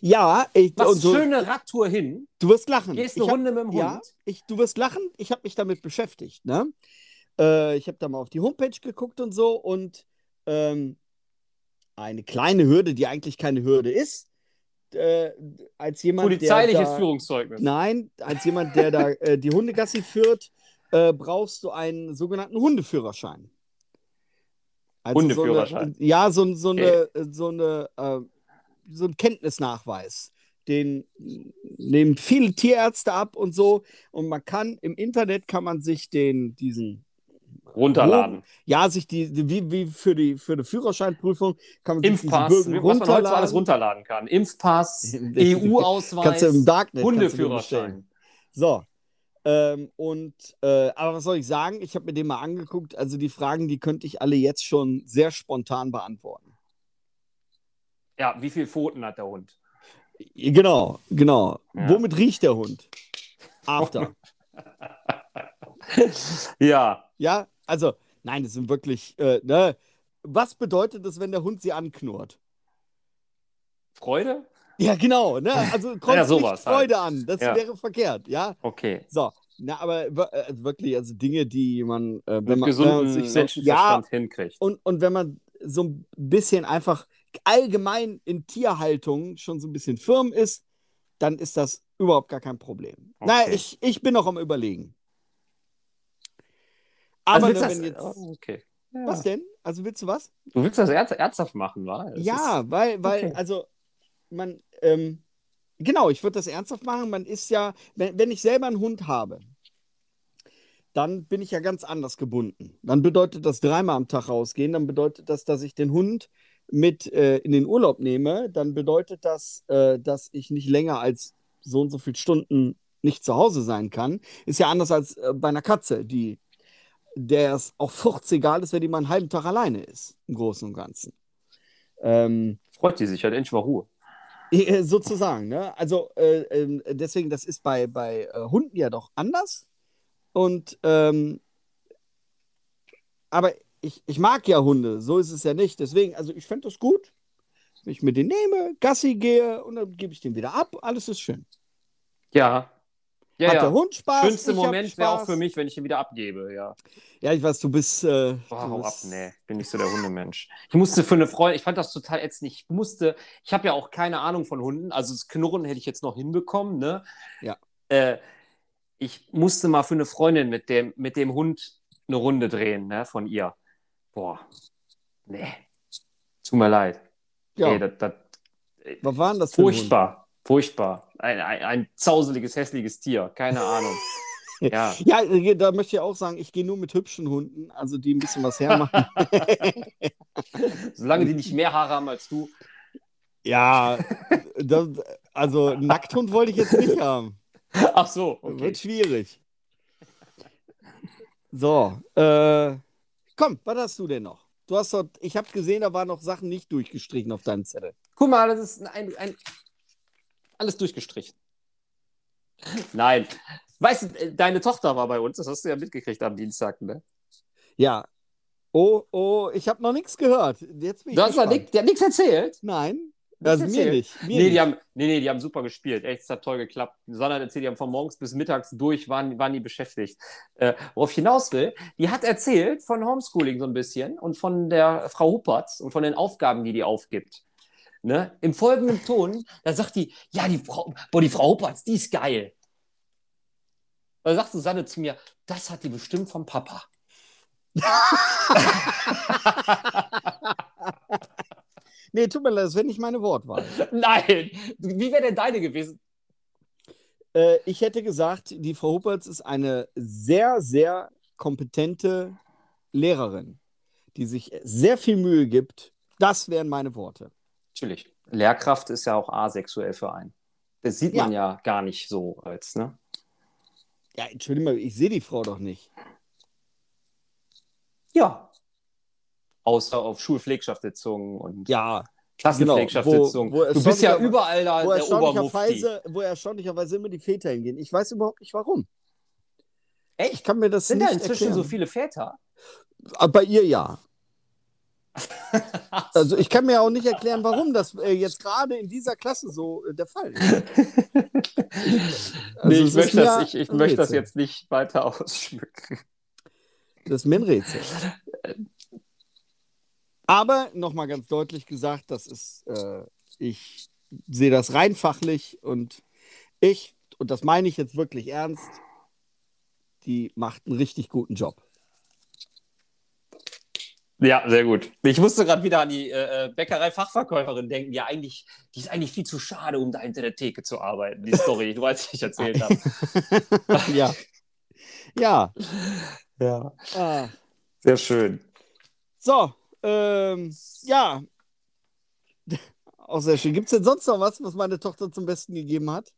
Speaker 2: ja, ich,
Speaker 1: Machst
Speaker 2: und so,
Speaker 1: schöne Radtour hin,
Speaker 2: du wirst lachen.
Speaker 1: gehst
Speaker 2: Ich
Speaker 1: eine
Speaker 2: hab-
Speaker 1: Runde mit dem Hund.
Speaker 2: Ja, ich, du wirst lachen. Ich habe mich damit beschäftigt. Ne? Äh, ich habe da mal auf die Homepage geguckt und so. Und ähm, eine kleine Hürde, die eigentlich keine Hürde ist, äh, als jemand, der
Speaker 1: Polizeiliches
Speaker 2: da,
Speaker 1: Führungszeugnis.
Speaker 2: Nein, als jemand, der da äh, die Hundegassi führt, äh, brauchst du einen sogenannten Hundeführerschein. Also
Speaker 1: Hundeführerschein.
Speaker 2: So eine, ja, so, so eine, so, eine äh, so ein Kenntnisnachweis. Den nehmen viele Tierärzte ab und so. Und man kann im Internet kann man sich den, diesen,
Speaker 1: Runterladen.
Speaker 2: ja, sich die, die wie, wie für die für eine Führerscheinprüfung kann man sich
Speaker 1: Impfpass,
Speaker 2: diesen Bögen
Speaker 1: was man heute so alles
Speaker 2: runterladen.
Speaker 1: runterladen kann. Impfpass, E
Speaker 2: Kannst du im
Speaker 1: EU-Ausweis,
Speaker 2: Darknet kannst du den bestellen.
Speaker 1: Hundeführerschein.
Speaker 2: So. Ähm, und, äh, aber was soll ich sagen? Ich habe mir den mal angeguckt. Also die Fragen, die könnte ich alle jetzt schon sehr spontan beantworten.
Speaker 1: Ja, wie viele Pfoten hat der Hund?
Speaker 2: Genau, genau.
Speaker 1: Ja.
Speaker 2: Womit riecht der Hund? After.
Speaker 1: ja,
Speaker 2: ja, also, nein, das sind wirklich, äh, ne? Was bedeutet es, wenn der Hund sie anknurrt?
Speaker 1: Freude?
Speaker 2: Ja, genau, ne? Also kommt
Speaker 1: sowas
Speaker 2: nicht
Speaker 1: halt.
Speaker 2: Freude an. Das
Speaker 1: Ja.
Speaker 2: wäre verkehrt, ja?
Speaker 1: Okay.
Speaker 2: So, na, aber wir- äh, wirklich, also Dinge, die man, äh, wenn
Speaker 1: Mit
Speaker 2: man, wenn man
Speaker 1: gesunden
Speaker 2: sich so, ja,
Speaker 1: Menschenverstand hinkriegt.
Speaker 2: und, und wenn man so ein bisschen einfach allgemein in Tierhaltung schon so ein bisschen firm ist, dann ist das überhaupt gar kein Problem.
Speaker 1: Okay.
Speaker 2: Nein, ich, ich bin noch am Überlegen.
Speaker 1: Also
Speaker 2: Aber
Speaker 1: willst
Speaker 2: ne,
Speaker 1: du
Speaker 2: wenn jetzt.
Speaker 1: das, oh, okay. Ja.
Speaker 2: Was denn? Also willst du was?
Speaker 1: Du willst das ernst, ernsthaft machen, wa? Das
Speaker 2: ja,
Speaker 1: Ist,
Speaker 2: weil, weil,
Speaker 1: okay.
Speaker 2: also, man, ähm, genau, ich würde das ernsthaft machen. Man ist ja, wenn, wenn ich selber einen Hund habe, dann bin ich ja ganz anders gebunden. Dann bedeutet das dreimal am Tag rausgehen, dann bedeutet das, dass ich den Hund mit äh, in den Urlaub nehme, dann bedeutet das, äh, dass ich nicht länger als so und so viele Stunden nicht zu Hause sein kann. Ist ja anders als äh, bei einer Katze, die der es auch furzegal ist, wenn die mal einen halben Tag alleine ist, im Großen und Ganzen. Ähm,
Speaker 1: freut die sich, hat endlich mal Ruhe.
Speaker 2: äh, Sozusagen, ne? Also äh, ähm, deswegen, das ist bei, bei äh, Hunden ja doch anders. Und ähm, aber ich, ich mag ja Hunde, so ist es ja nicht. Deswegen, also ich fände das gut, wenn ich mir den nehme, Gassi gehe und dann gebe ich den wieder ab. Alles ist schön.
Speaker 1: Ja. Ja,
Speaker 2: Hat
Speaker 1: ja.
Speaker 2: der Hund Spaß?
Speaker 1: Schönste
Speaker 2: ich hab
Speaker 1: Moment wäre auch
Speaker 2: Spaß.
Speaker 1: für mich, wenn ich ihn wieder abgebe, ja.
Speaker 2: Ja, ich weiß, du bist. Äh,
Speaker 1: Boah,
Speaker 2: du
Speaker 1: hau ab,
Speaker 2: bist-
Speaker 1: nee, bin nicht so der Hundemensch. Ich musste für eine Freundin, ich fand das total ätzend. Ich musste, ich habe ja auch keine Ahnung von Hunden, also das Knurren hätte ich jetzt noch hinbekommen, ne?
Speaker 2: Ja.
Speaker 1: Äh, ich musste mal für eine Freundin mit dem, mit dem Hund eine Runde drehen, ne, von ihr. Boah, nee. Tut mir leid.
Speaker 2: Ja,
Speaker 1: Ey, das, das,
Speaker 2: was waren das für ein Hund?
Speaker 1: furchtbar, furchtbar. Ein, ein, ein zauseliges, hässliches Tier, keine Ahnung. ja.
Speaker 2: Ja, äh, da möchte ich auch sagen, ich gehe nur mit hübschen Hunden, also die ein bisschen was hermachen.
Speaker 1: Solange die nicht mehr Haare haben als du.
Speaker 2: Ja, das, also einen Nackthund wollte ich jetzt nicht haben.
Speaker 1: Ach so, okay.
Speaker 2: Wird schwierig. So, äh, komm, was hast du denn noch? Du hast dort, ich habe gesehen, da waren noch Sachen nicht durchgestrichen auf deinem Zettel.
Speaker 1: Guck mal, das ist ein, ein alles durchgestrichen. Nein. Weißt du, äh, deine Tochter war bei uns, das hast du ja mitgekriegt am Dienstag, ne?
Speaker 2: Ja. Oh, oh, ich habe noch nichts gehört. Jetzt bin ich
Speaker 1: Du hast ja
Speaker 2: gespannt.
Speaker 1: nix- die hat nichts erzählt.
Speaker 2: Nein,
Speaker 1: Nichts
Speaker 2: also mir
Speaker 1: erzählt.
Speaker 2: nicht. Mir
Speaker 1: Nee die,
Speaker 2: nicht.
Speaker 1: haben, nee, nee, die haben super gespielt. Echt, es hat toll geklappt. Susanne hat erzählt, die haben von morgens bis mittags durch, waren, waren die beschäftigt. Äh, worauf ich hinaus will, die hat erzählt von Homeschooling so ein bisschen und von der Frau Huppertz und von den Aufgaben, die die aufgibt. Ne? Im folgenden Ton, da sagt die, ja, die Frau, boah, die Frau Huppertz, die ist geil. Da sagt Susanne zu mir, das hat die bestimmt vom Papa.
Speaker 2: Nee, tut mir leid, das wäre nicht meine Wortwahl.
Speaker 1: Nein, wie wäre denn deine gewesen?
Speaker 2: Äh, ich hätte gesagt, die Frau Huppertz ist eine sehr, sehr kompetente Lehrerin, die sich sehr viel Mühe gibt. Das wären meine Worte.
Speaker 1: Natürlich. Lehrkraft ist ja auch asexuell für einen. Das sieht man ja gar nicht so als, ne?
Speaker 2: Ja, entschuldige mal, ich sehe die Frau doch nicht.
Speaker 1: Ja. Außer auf Schulpflegschaftssitzungen und
Speaker 2: Ja,
Speaker 1: Klassenpflegschaftssitzungen.
Speaker 2: genau. Wo- wo
Speaker 1: du bist ja
Speaker 2: erstaunlicher-
Speaker 1: überall da
Speaker 2: wo
Speaker 1: der Obermufti.
Speaker 2: erstaunlicherweise, wo erstaunlicherweise immer die Väter hingehen. Ich weiß überhaupt nicht warum. Ich
Speaker 1: Echt?
Speaker 2: kann mir das
Speaker 1: Sind da
Speaker 2: nicht
Speaker 1: inzwischen
Speaker 2: erklären.
Speaker 1: so viele Väter?
Speaker 2: Aber Bei ihr ja. Also ich kann mir auch nicht erklären, warum das äh, jetzt gerade in dieser Klasse so äh, der Fall ist.
Speaker 1: nee, ich
Speaker 2: Also es ist
Speaker 1: möchte,
Speaker 2: mir
Speaker 1: das, ich, ich
Speaker 2: ein
Speaker 1: möchte das
Speaker 2: Rätsel.
Speaker 1: jetzt nicht weiter ausschmücken.
Speaker 2: Das ist mir ein Rätsel. Aber nochmal ganz deutlich gesagt, das ist, äh, ich sehe das rein fachlich und ich, und das meine ich jetzt wirklich ernst, die macht einen richtig guten Job.
Speaker 1: Ja, sehr gut. Ich musste gerade wieder an die äh, Bäckerei-Fachverkäuferin denken, die ja eigentlich, die ist eigentlich viel zu schade, um da hinter der Theke zu arbeiten. Die Story, du weißt, die ich erzählt habe.
Speaker 2: ja. Ja.
Speaker 1: Ja,
Speaker 2: Ah.
Speaker 1: sehr schön.
Speaker 2: So, ähm, ja. Auch sehr schön. Gibt es denn sonst noch was, was meine Tochter zum Besten gegeben hat?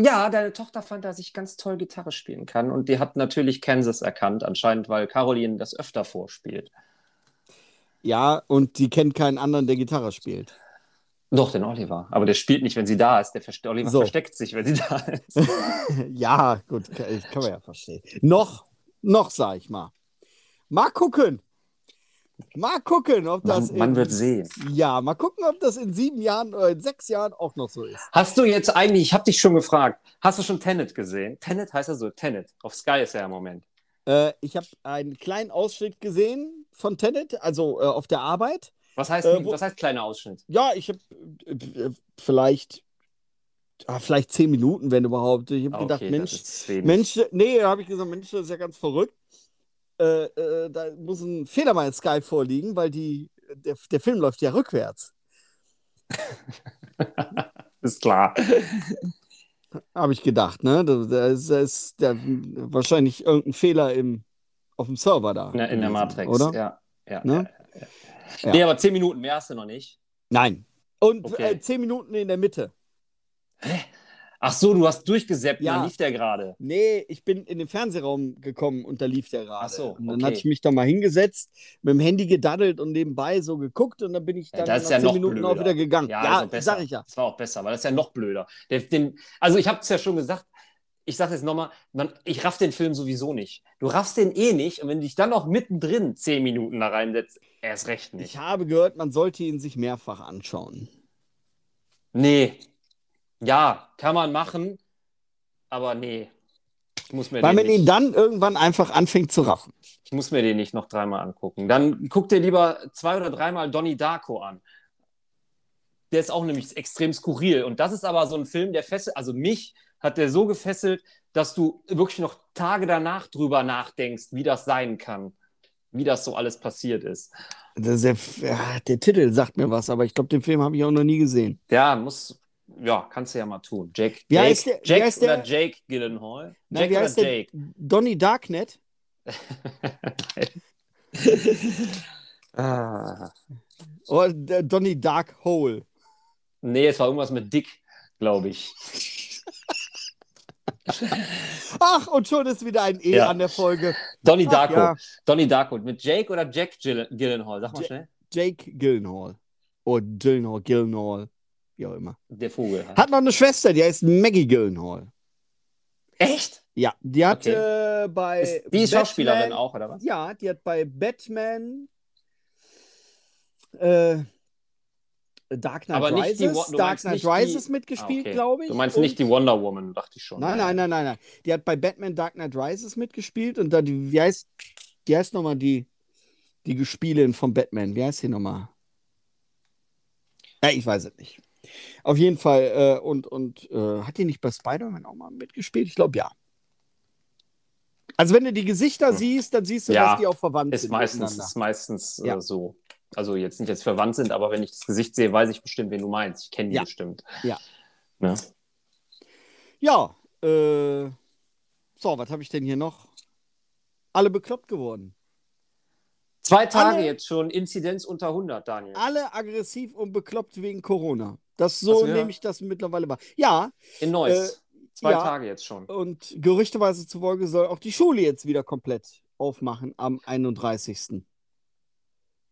Speaker 1: Ja, deine Tochter fand, dass ich ganz toll Gitarre spielen kann. Und die hat natürlich Kansas erkannt, anscheinend, weil Caroline das öfter vorspielt.
Speaker 2: Ja, und die kennt keinen anderen, der Gitarre spielt.
Speaker 1: Doch, den Oliver. Aber der spielt nicht, wenn sie da ist. Der verste Oliver
Speaker 2: So.
Speaker 1: versteckt sich, wenn sie da ist.
Speaker 2: ja, gut, kann, kann man ja verstehen. Noch, noch, sag ich mal. Mal gucken. Mal gucken, ob das.
Speaker 1: Man, man
Speaker 2: in,
Speaker 1: wird sehen.
Speaker 2: ja, mal gucken, ob das in sieben Jahren oder in sechs Jahren auch noch so ist.
Speaker 1: Hast du jetzt eigentlich, ich habe dich schon gefragt, hast du schon Tenet gesehen? Tenet heißt er so, Tenet. Auf Sky ist er im Moment.
Speaker 2: Äh, ich habe einen kleinen Ausschnitt gesehen von Tenet, also äh, auf der Arbeit.
Speaker 1: Was heißt,
Speaker 2: Äh, wo-
Speaker 1: was heißt kleiner Ausschnitt?
Speaker 2: Ja, ich habe vielleicht, ah, vielleicht zehn Minuten, wenn überhaupt. Ich habe
Speaker 1: Ah,
Speaker 2: gedacht,
Speaker 1: okay, das
Speaker 2: Mensch,
Speaker 1: ist wenig.
Speaker 2: Mensch, nee, da habe ich gesagt, Mensch, das ist ja ganz verrückt. Äh, äh, da muss ein Fehler bei Sky vorliegen, weil die, der, der Film läuft ja rückwärts.
Speaker 1: Ist klar.
Speaker 2: Habe ich gedacht, ne? Da, da ist, da ist da, wahrscheinlich irgendein Fehler im, auf dem Server da.
Speaker 1: In, der- in der
Speaker 2: gewesen,
Speaker 1: Matrix.
Speaker 2: Oder?
Speaker 1: Ja. Ja,
Speaker 2: Ne?
Speaker 1: ja, ja, ja.
Speaker 2: Ja.
Speaker 1: Nee, aber zehn Minuten mehr hast du noch nicht.
Speaker 2: Nein. Und
Speaker 1: Okay.
Speaker 2: äh, zehn Minuten in der Mitte.
Speaker 1: Ach so, du hast durchgesäppt,
Speaker 2: Ja.
Speaker 1: dann lief der gerade.
Speaker 2: Nee, ich bin in den Fernsehraum gekommen und da lief der gerade.
Speaker 1: Ach so,
Speaker 2: Und dann
Speaker 1: okay.
Speaker 2: hatte ich mich da mal hingesetzt, mit dem Handy gedaddelt und nebenbei so geguckt und dann bin ich
Speaker 1: Ja,
Speaker 2: dann
Speaker 1: das ist
Speaker 2: nach
Speaker 1: ja
Speaker 2: zehn
Speaker 1: noch
Speaker 2: Minuten auch
Speaker 1: blöder.
Speaker 2: wieder gegangen. Ja,
Speaker 1: also besser.
Speaker 2: sag ich ja.
Speaker 1: Das war auch besser, weil das ist ja noch blöder. Der, den, also ich habe es ja schon gesagt, ich sage jetzt nochmal, ich raff den Film sowieso nicht. Du raffst den eh nicht und wenn du dich dann noch mittendrin zehn Minuten da reinsetzt, erst recht nicht.
Speaker 2: Ich habe gehört, man sollte ihn sich mehrfach anschauen.
Speaker 1: Nee. Ja, kann man machen, aber nee. Ich muss mir, den
Speaker 2: Weil man
Speaker 1: nicht,
Speaker 2: ihn dann irgendwann einfach anfängt zu raffen.
Speaker 1: ich muss mir den nicht noch dreimal angucken. Dann guck dir lieber zwei oder dreimal Donnie Darko an. Der ist auch nämlich extrem skurril. Und das ist aber so ein Film, der fesselt, also mich hat der so gefesselt, dass du wirklich noch Tage danach drüber nachdenkst, wie das sein kann, wie das so alles passiert ist.
Speaker 2: Das ist der, ja, der Titel sagt mir was, aber ich glaube, den Film habe ich auch noch nie gesehen.
Speaker 1: Ja, muss, ja, kannst du ja mal tun. Jake,
Speaker 2: Wie
Speaker 1: Jake,
Speaker 2: heißt der- wie
Speaker 1: Jake
Speaker 2: heißt der-
Speaker 1: oder Jake Gyllenhaal?
Speaker 2: Na,
Speaker 1: Jake
Speaker 2: wie
Speaker 1: oder
Speaker 2: heißt der?
Speaker 1: Jake?
Speaker 2: Donnie Darknet?
Speaker 1: ah.
Speaker 2: Oder Oh, der Donnie Dark Hole?
Speaker 1: Nee, es war irgendwas mit Dick, glaube ich.
Speaker 2: Ach, und schon ist wieder ein E
Speaker 1: Ja.
Speaker 2: an der Folge.
Speaker 1: Donnie
Speaker 2: Ach,
Speaker 1: Darko.
Speaker 2: ja.
Speaker 1: Donnie Darko. Mit Jake oder Jack Gill Gillenhall? Sag mal
Speaker 2: Ja-
Speaker 1: schnell.
Speaker 2: Jake Gyllenhaal. Oder Gyllenhaal, Gyllenhaal. Wie auch immer.
Speaker 1: Der Vogel.
Speaker 2: Hat noch eine Schwester, die heißt Maggie Gyllenhaal.
Speaker 1: Echt?
Speaker 2: Ja, die hat äh, bei.
Speaker 1: Ist die Schauspielerin
Speaker 2: Batman-
Speaker 1: auch, oder was?
Speaker 2: Ja, die hat bei Batman. Äh, Dark Knight
Speaker 1: Aber nicht
Speaker 2: Rises,
Speaker 1: die Wa- du
Speaker 2: Dark
Speaker 1: meinst
Speaker 2: Knight
Speaker 1: nicht
Speaker 2: Rises
Speaker 1: die-
Speaker 2: mitgespielt,
Speaker 1: Ah, okay.
Speaker 2: glaube ich.
Speaker 1: Du meinst
Speaker 2: Und-
Speaker 1: nicht die Wonder Woman, dachte ich schon.
Speaker 2: Nein, nein, nein, nein, nein. Die hat bei Batman Dark Knight Rises mitgespielt und da die, wie heißt, die heißt nochmal die, die Gespielin von Batman. Wie heißt sie nochmal? Ja, ich weiß es nicht. Auf jeden Fall, äh, und, und äh, hat die nicht bei Spider-Man auch mal mitgespielt? Ich glaube ja. Also wenn du die Gesichter
Speaker 1: Hm.
Speaker 2: siehst, dann siehst du,
Speaker 1: Ja,
Speaker 2: dass die auch verwandt
Speaker 1: Ist
Speaker 2: sind.
Speaker 1: meistens,
Speaker 2: miteinander.
Speaker 1: ist meistens
Speaker 2: Ja.
Speaker 1: äh, so. Also jetzt nicht jetzt verwandt sind, aber wenn ich das Gesicht sehe, weiß ich bestimmt, wen du meinst. Ich kenne die
Speaker 2: Ja.
Speaker 1: bestimmt.
Speaker 2: Ja.
Speaker 1: Ne?
Speaker 2: Ja, äh, so, was habe ich denn hier noch? Alle bekloppt geworden.
Speaker 1: Zwei Tage
Speaker 2: Alle-
Speaker 1: jetzt schon, Inzidenz unter 100, Daniel.
Speaker 2: alle aggressiv und bekloppt wegen Corona. Das so
Speaker 1: Ach so, ja.
Speaker 2: nehme ich das mittlerweile wahr. Ja,
Speaker 1: In Neuss. Zwei
Speaker 2: äh, ja.
Speaker 1: Tage jetzt schon.
Speaker 2: und gerüchteweise zufolge soll auch die Schule jetzt wieder komplett aufmachen am 31.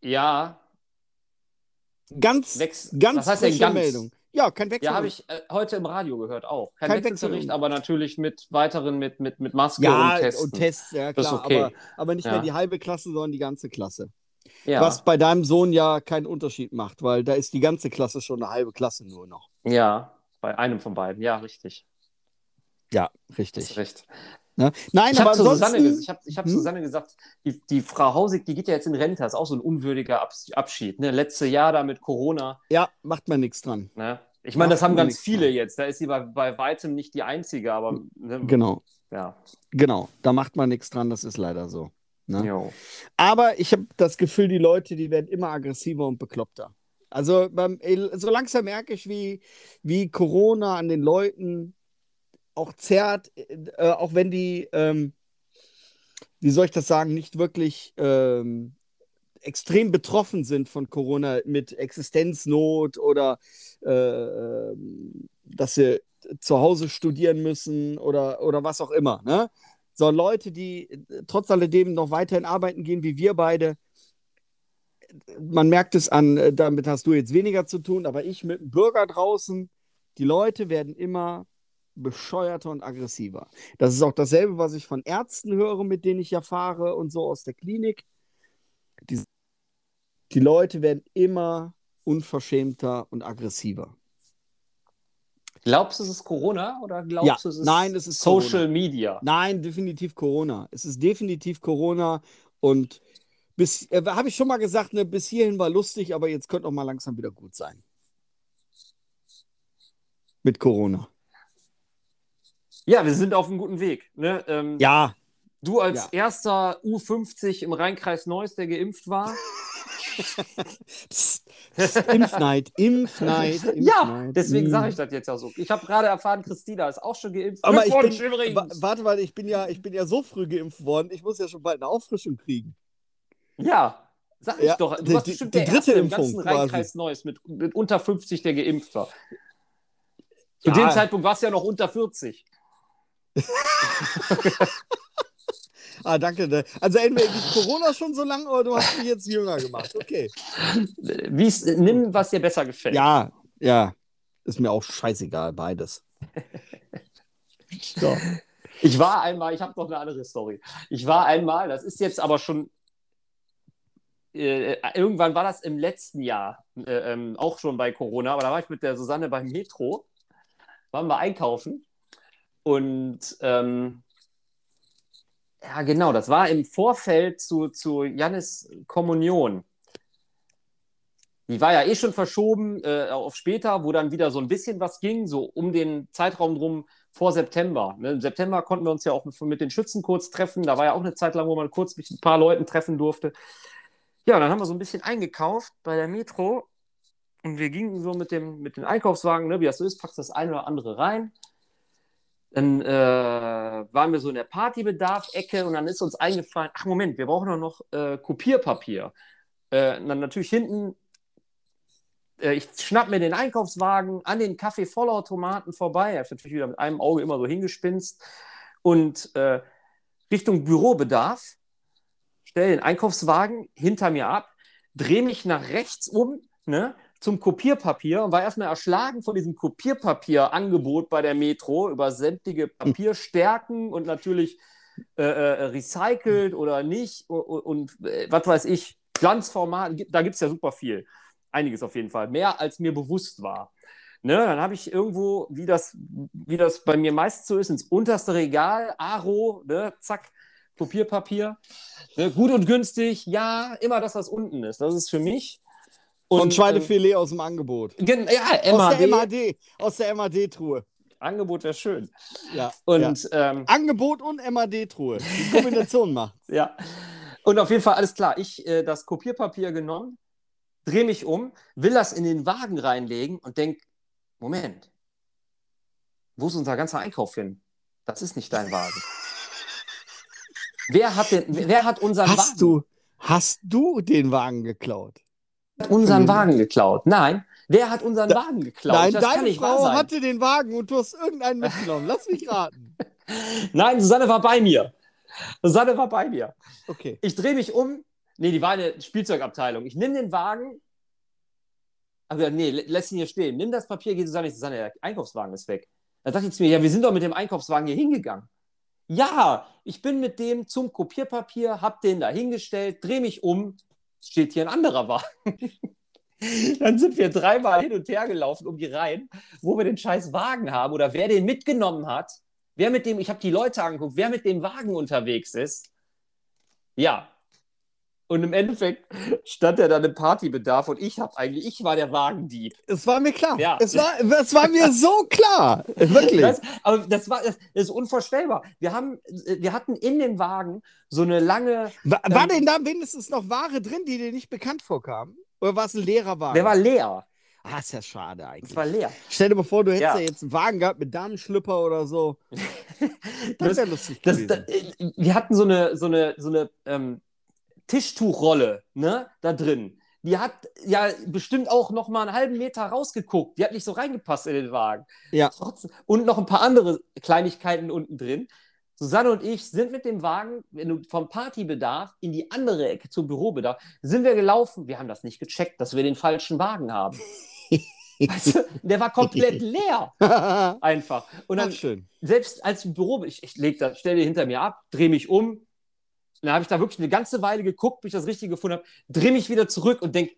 Speaker 1: Ja,
Speaker 2: Ganz,
Speaker 1: Wechsel.
Speaker 2: ganz
Speaker 1: Was heißt denn
Speaker 2: frische
Speaker 1: ganz?
Speaker 2: Meldung. Ja, kein Wechsel.
Speaker 1: Ja, habe ich äh, heute im Radio gehört auch. Kein,
Speaker 2: Kein
Speaker 1: Wechselbericht,
Speaker 2: Wechsel.
Speaker 1: aber natürlich mit weiteren, mit, mit, mit Maske
Speaker 2: Ja,
Speaker 1: und Testen.
Speaker 2: und Tests, ja
Speaker 1: Das ist
Speaker 2: klar,
Speaker 1: okay.
Speaker 2: aber, aber nicht
Speaker 1: Ja.
Speaker 2: mehr die halbe Klasse, sondern die ganze Klasse.
Speaker 1: ja.
Speaker 2: Was bei deinem Sohn ja keinen Unterschied macht, weil da ist die ganze Klasse schon eine halbe Klasse nur noch.
Speaker 1: ja, bei einem von beiden. Ja, richtig.
Speaker 2: Ja,
Speaker 1: Hast
Speaker 2: richtig.
Speaker 1: recht.
Speaker 2: Ne? Nein,
Speaker 1: Ich
Speaker 2: aber
Speaker 1: habe zu Susanne, ges-
Speaker 2: ansonsten,
Speaker 1: ich hab, ich hab
Speaker 2: Hm?
Speaker 1: Susanne gesagt, die, die Frau Hausig, die geht ja jetzt in Rente, ist auch so ein unwürdiger Abs- Abschied. Ne? Letzte Jahr da mit Corona.
Speaker 2: ja, macht man nichts dran.
Speaker 1: Ne? Ich meine, das
Speaker 2: Macht
Speaker 1: haben
Speaker 2: man
Speaker 1: ganz
Speaker 2: nichts
Speaker 1: viele
Speaker 2: mehr.
Speaker 1: jetzt. Da ist sie bei, bei weitem nicht die Einzige, aber ne?
Speaker 2: Genau.
Speaker 1: ja.
Speaker 2: Genau, da macht man nichts dran, das ist leider so. Ne?
Speaker 1: Jo.
Speaker 2: Aber ich habe das Gefühl, die Leute, die werden immer aggressiver und bekloppter. Also beim, so langsam merke ich, wie, wie Corona an den Leuten auch zerrt, äh, auch wenn die, ähm, wie soll ich das sagen, nicht wirklich ähm, extrem betroffen sind von Corona mit Existenznot oder äh, dass sie zu Hause studieren müssen oder, oder was auch immer. Ne? So Leute, die trotz alledem noch weiterhin arbeiten gehen, wie wir beide. Man merkt es an, äh, damit hast du jetzt weniger zu tun, aber ich mit dem Bürger draußen, die Leute werden immer bescheuerter und aggressiver. Das ist auch dasselbe, was ich von Ärzten höre, mit denen ich ja fahre und so aus der Klinik. Die, die Leute werden immer unverschämter und aggressiver.
Speaker 1: Glaubst du, es ist Corona oder glaubst
Speaker 2: Ja,
Speaker 1: du, es ist,
Speaker 2: nein, es ist
Speaker 1: Social
Speaker 2: Corona.
Speaker 1: Media?
Speaker 2: Nein, definitiv Corona. Es ist definitiv Corona und bis, äh, habe ich schon mal gesagt, ne, bis hierhin war lustig, aber jetzt könnte auch mal langsam wieder gut sein. Mit Corona.
Speaker 1: Ja, wir sind auf einem guten Weg. Ne? Ähm,
Speaker 2: Ja,
Speaker 1: Du als
Speaker 2: Ja.
Speaker 1: erster U50 im Rheinkreis Neuss, der geimpft war.
Speaker 2: psst, psst, Impfneid, Impfneid, Impfneid.
Speaker 1: ja, deswegen
Speaker 2: Mm.
Speaker 1: sage ich das jetzt ja so. Ich habe gerade erfahren, Christina ist auch schon geimpft.
Speaker 2: Aber ich
Speaker 1: Glückwunsch
Speaker 2: bin, wa
Speaker 1: übrigens.
Speaker 2: warte mal, ich bin, ja, ich bin ja so früh geimpft worden, ich muss ja schon bald eine Auffrischung kriegen.
Speaker 1: Ja, sag ich
Speaker 2: Ja,
Speaker 1: doch. Du
Speaker 2: die-
Speaker 1: warst
Speaker 2: die-
Speaker 1: bestimmt
Speaker 2: die
Speaker 1: der
Speaker 2: dritte
Speaker 1: Erste im
Speaker 2: Impfung
Speaker 1: ganzen
Speaker 2: quasi.
Speaker 1: Rheinkreis Neuss mit, mit unter 50, der geimpft war. Zu
Speaker 2: Ja.
Speaker 1: dem Zeitpunkt warst du ja noch unter 40.
Speaker 2: Ah, danke. ne. Also entweder gibt Corona schon so lange oder du hast mich jetzt jünger gemacht. Okay.
Speaker 1: Wie's, nimm, was dir besser gefällt.
Speaker 2: Ja, ja. Ist mir auch scheißegal, beides. So.
Speaker 1: Ich war einmal, ich habe noch eine andere Story. Ich war einmal, das ist jetzt aber schon. Äh, irgendwann war das im letzten Jahr äh, ähm, auch schon bei Corona, aber da war ich mit der Susanne beim Metro, waren wir einkaufen und ähm, ja, genau, das war im Vorfeld zu, zu Jannis Kommunion. Die war ja eh schon verschoben äh, auf später, wo dann wieder so ein bisschen was ging, so um den Zeitraum drum vor September. Ne? Im September konnten wir uns ja auch mit den Schützen kurz treffen. Da war ja auch eine Zeit lang, wo man kurz mit ein paar Leuten treffen durfte. Ja, dann haben wir so ein bisschen eingekauft bei der Metro und wir gingen so mit dem, mit dem Einkaufswagen, ne? wie das so ist, packst das eine oder andere rein. Dann äh, waren wir so in der Partybedarf-Ecke und dann ist uns eingefallen, ach Moment, wir brauchen doch noch äh, Kopierpapier. Äh, und dann natürlich hinten, äh, ich schnapp mir den Einkaufswagen an den Kaffee-Vollautomaten vorbei. Hab ich natürlich wieder mit einem Auge immer so hingespinst. Und äh, Richtung Bürobedarf, stell den Einkaufswagen hinter mir ab, drehe mich nach rechts um, ne? Zum Kopierpapier und war erstmal erschlagen von diesem Kopierpapierangebot bei der Metro über sämtliche Papierstärken und natürlich äh, äh, recycelt oder nicht u- u- und, äh, was weiß ich, Glanzformat, gi- da gibt es ja super viel. Einiges auf jeden Fall, mehr als mir bewusst war. Ne, dann habe ich irgendwo, wie das, wie das bei mir meist so ist, ins unterste Regal, Aro, ne, zack, Kopierpapier. Ne, gut und günstig, ja, immer das, was unten ist. Das ist für mich.
Speaker 2: Und,
Speaker 1: ähm,
Speaker 2: Schweinefilet aus dem Angebot.
Speaker 1: Gen ja,
Speaker 2: Aus der
Speaker 1: MAD.
Speaker 2: MAD, aus der MAD-Truhe.
Speaker 1: Angebot wäre schön.
Speaker 2: Ja. ja.
Speaker 1: Und ja. Ähm,
Speaker 2: Angebot und MAD-Truhe. Die Kombination macht.
Speaker 1: ja. Und auf jeden Fall alles klar. Ich äh, das Kopierpapier genommen, drehe mich um, will das in den Wagen reinlegen und denke, Moment, wo ist unser ganzer Einkauf hin? Das ist nicht dein Wagen. wer hat, den, wer hat unseren Wagen?
Speaker 2: Hast du, hast du den Wagen geklaut?
Speaker 1: Wer hat unseren Wagen geklaut? Nein, wer hat unseren Wagen geklaut?
Speaker 2: Hm. Nein,
Speaker 1: das kann
Speaker 2: deine
Speaker 1: nicht wahr
Speaker 2: Frau
Speaker 1: sein.
Speaker 2: hatte den Wagen und du hast irgendeinen mitgenommen. Lass mich raten.
Speaker 1: Nein, Susanne war bei mir. Susanne war bei mir.
Speaker 2: Okay.
Speaker 1: Ich drehe mich um. Nee, die war in der Spielzeugabteilung. Ich nehme den Wagen. Aber nee, lä- lässt ihn hier stehen. Nimm das Papier, geh Susanne. Ich Susanne, der Einkaufswagen ist weg. Dann sagt sie zu mir, ja, wir sind doch mit dem Einkaufswagen hier hingegangen. Ja, ich bin mit dem zum Kopierpapier, hab den da hingestellt, drehe mich um, steht hier ein anderer Wagen. Dann sind wir dreimal hin und her gelaufen um die Reihen, wo wir den scheiß Wagen haben oder wer den mitgenommen hat, wer mit dem, ich habe die Leute angeguckt, wer mit dem Wagen unterwegs ist. Ja. Und im Endeffekt stand er dann im Partybedarf und ich habe eigentlich, ich war der Wagendieb.
Speaker 2: Es war mir klar.
Speaker 1: Ja.
Speaker 2: Es, war, es war mir so klar. Wirklich.
Speaker 1: Das, aber das war, das ist unvorstellbar. Wir haben, wir hatten in dem Wagen so eine lange,
Speaker 2: War, war denn da wenigstens noch Ware drin, die dir nicht bekannt vorkam? Oder war es ein leerer Wagen?
Speaker 1: der war leer.
Speaker 2: ah, ist ja schade
Speaker 1: Es
Speaker 2: eigentlich.
Speaker 1: war leer.
Speaker 2: Stell dir mal vor, du hättest
Speaker 1: Ja.
Speaker 2: ja, jetzt einen Wagen gehabt mit Damenschlüpper oder so. Das wäre lustig
Speaker 1: Das,
Speaker 2: gewesen.
Speaker 1: das, äh, wir hatten so eine, so eine, so eine ähm, Tischtuchrolle, ne, da drin. Die hat ja bestimmt auch noch mal einen halben Meter rausgeguckt. Die hat nicht so reingepasst in den Wagen.
Speaker 2: Ja.
Speaker 1: Trotzdem. Und noch ein paar andere Kleinigkeiten unten drin. Susanne und ich sind mit dem Wagen, wenn du vom Partybedarf in die andere Ecke zum Bürobedarf, sind wir gelaufen. Wir haben das nicht gecheckt, dass wir den falschen Wagen haben. weißt du, der war komplett leer,
Speaker 2: Ach,
Speaker 1: einfach. Und dann
Speaker 2: schön.
Speaker 1: selbst als im Büro, ich, ich lege das, stelle hinter mir ab, drehe mich um. Dann habe ich da wirklich eine ganze Weile geguckt, bis ich das Richtige gefunden habe, drehe mich wieder zurück und denke,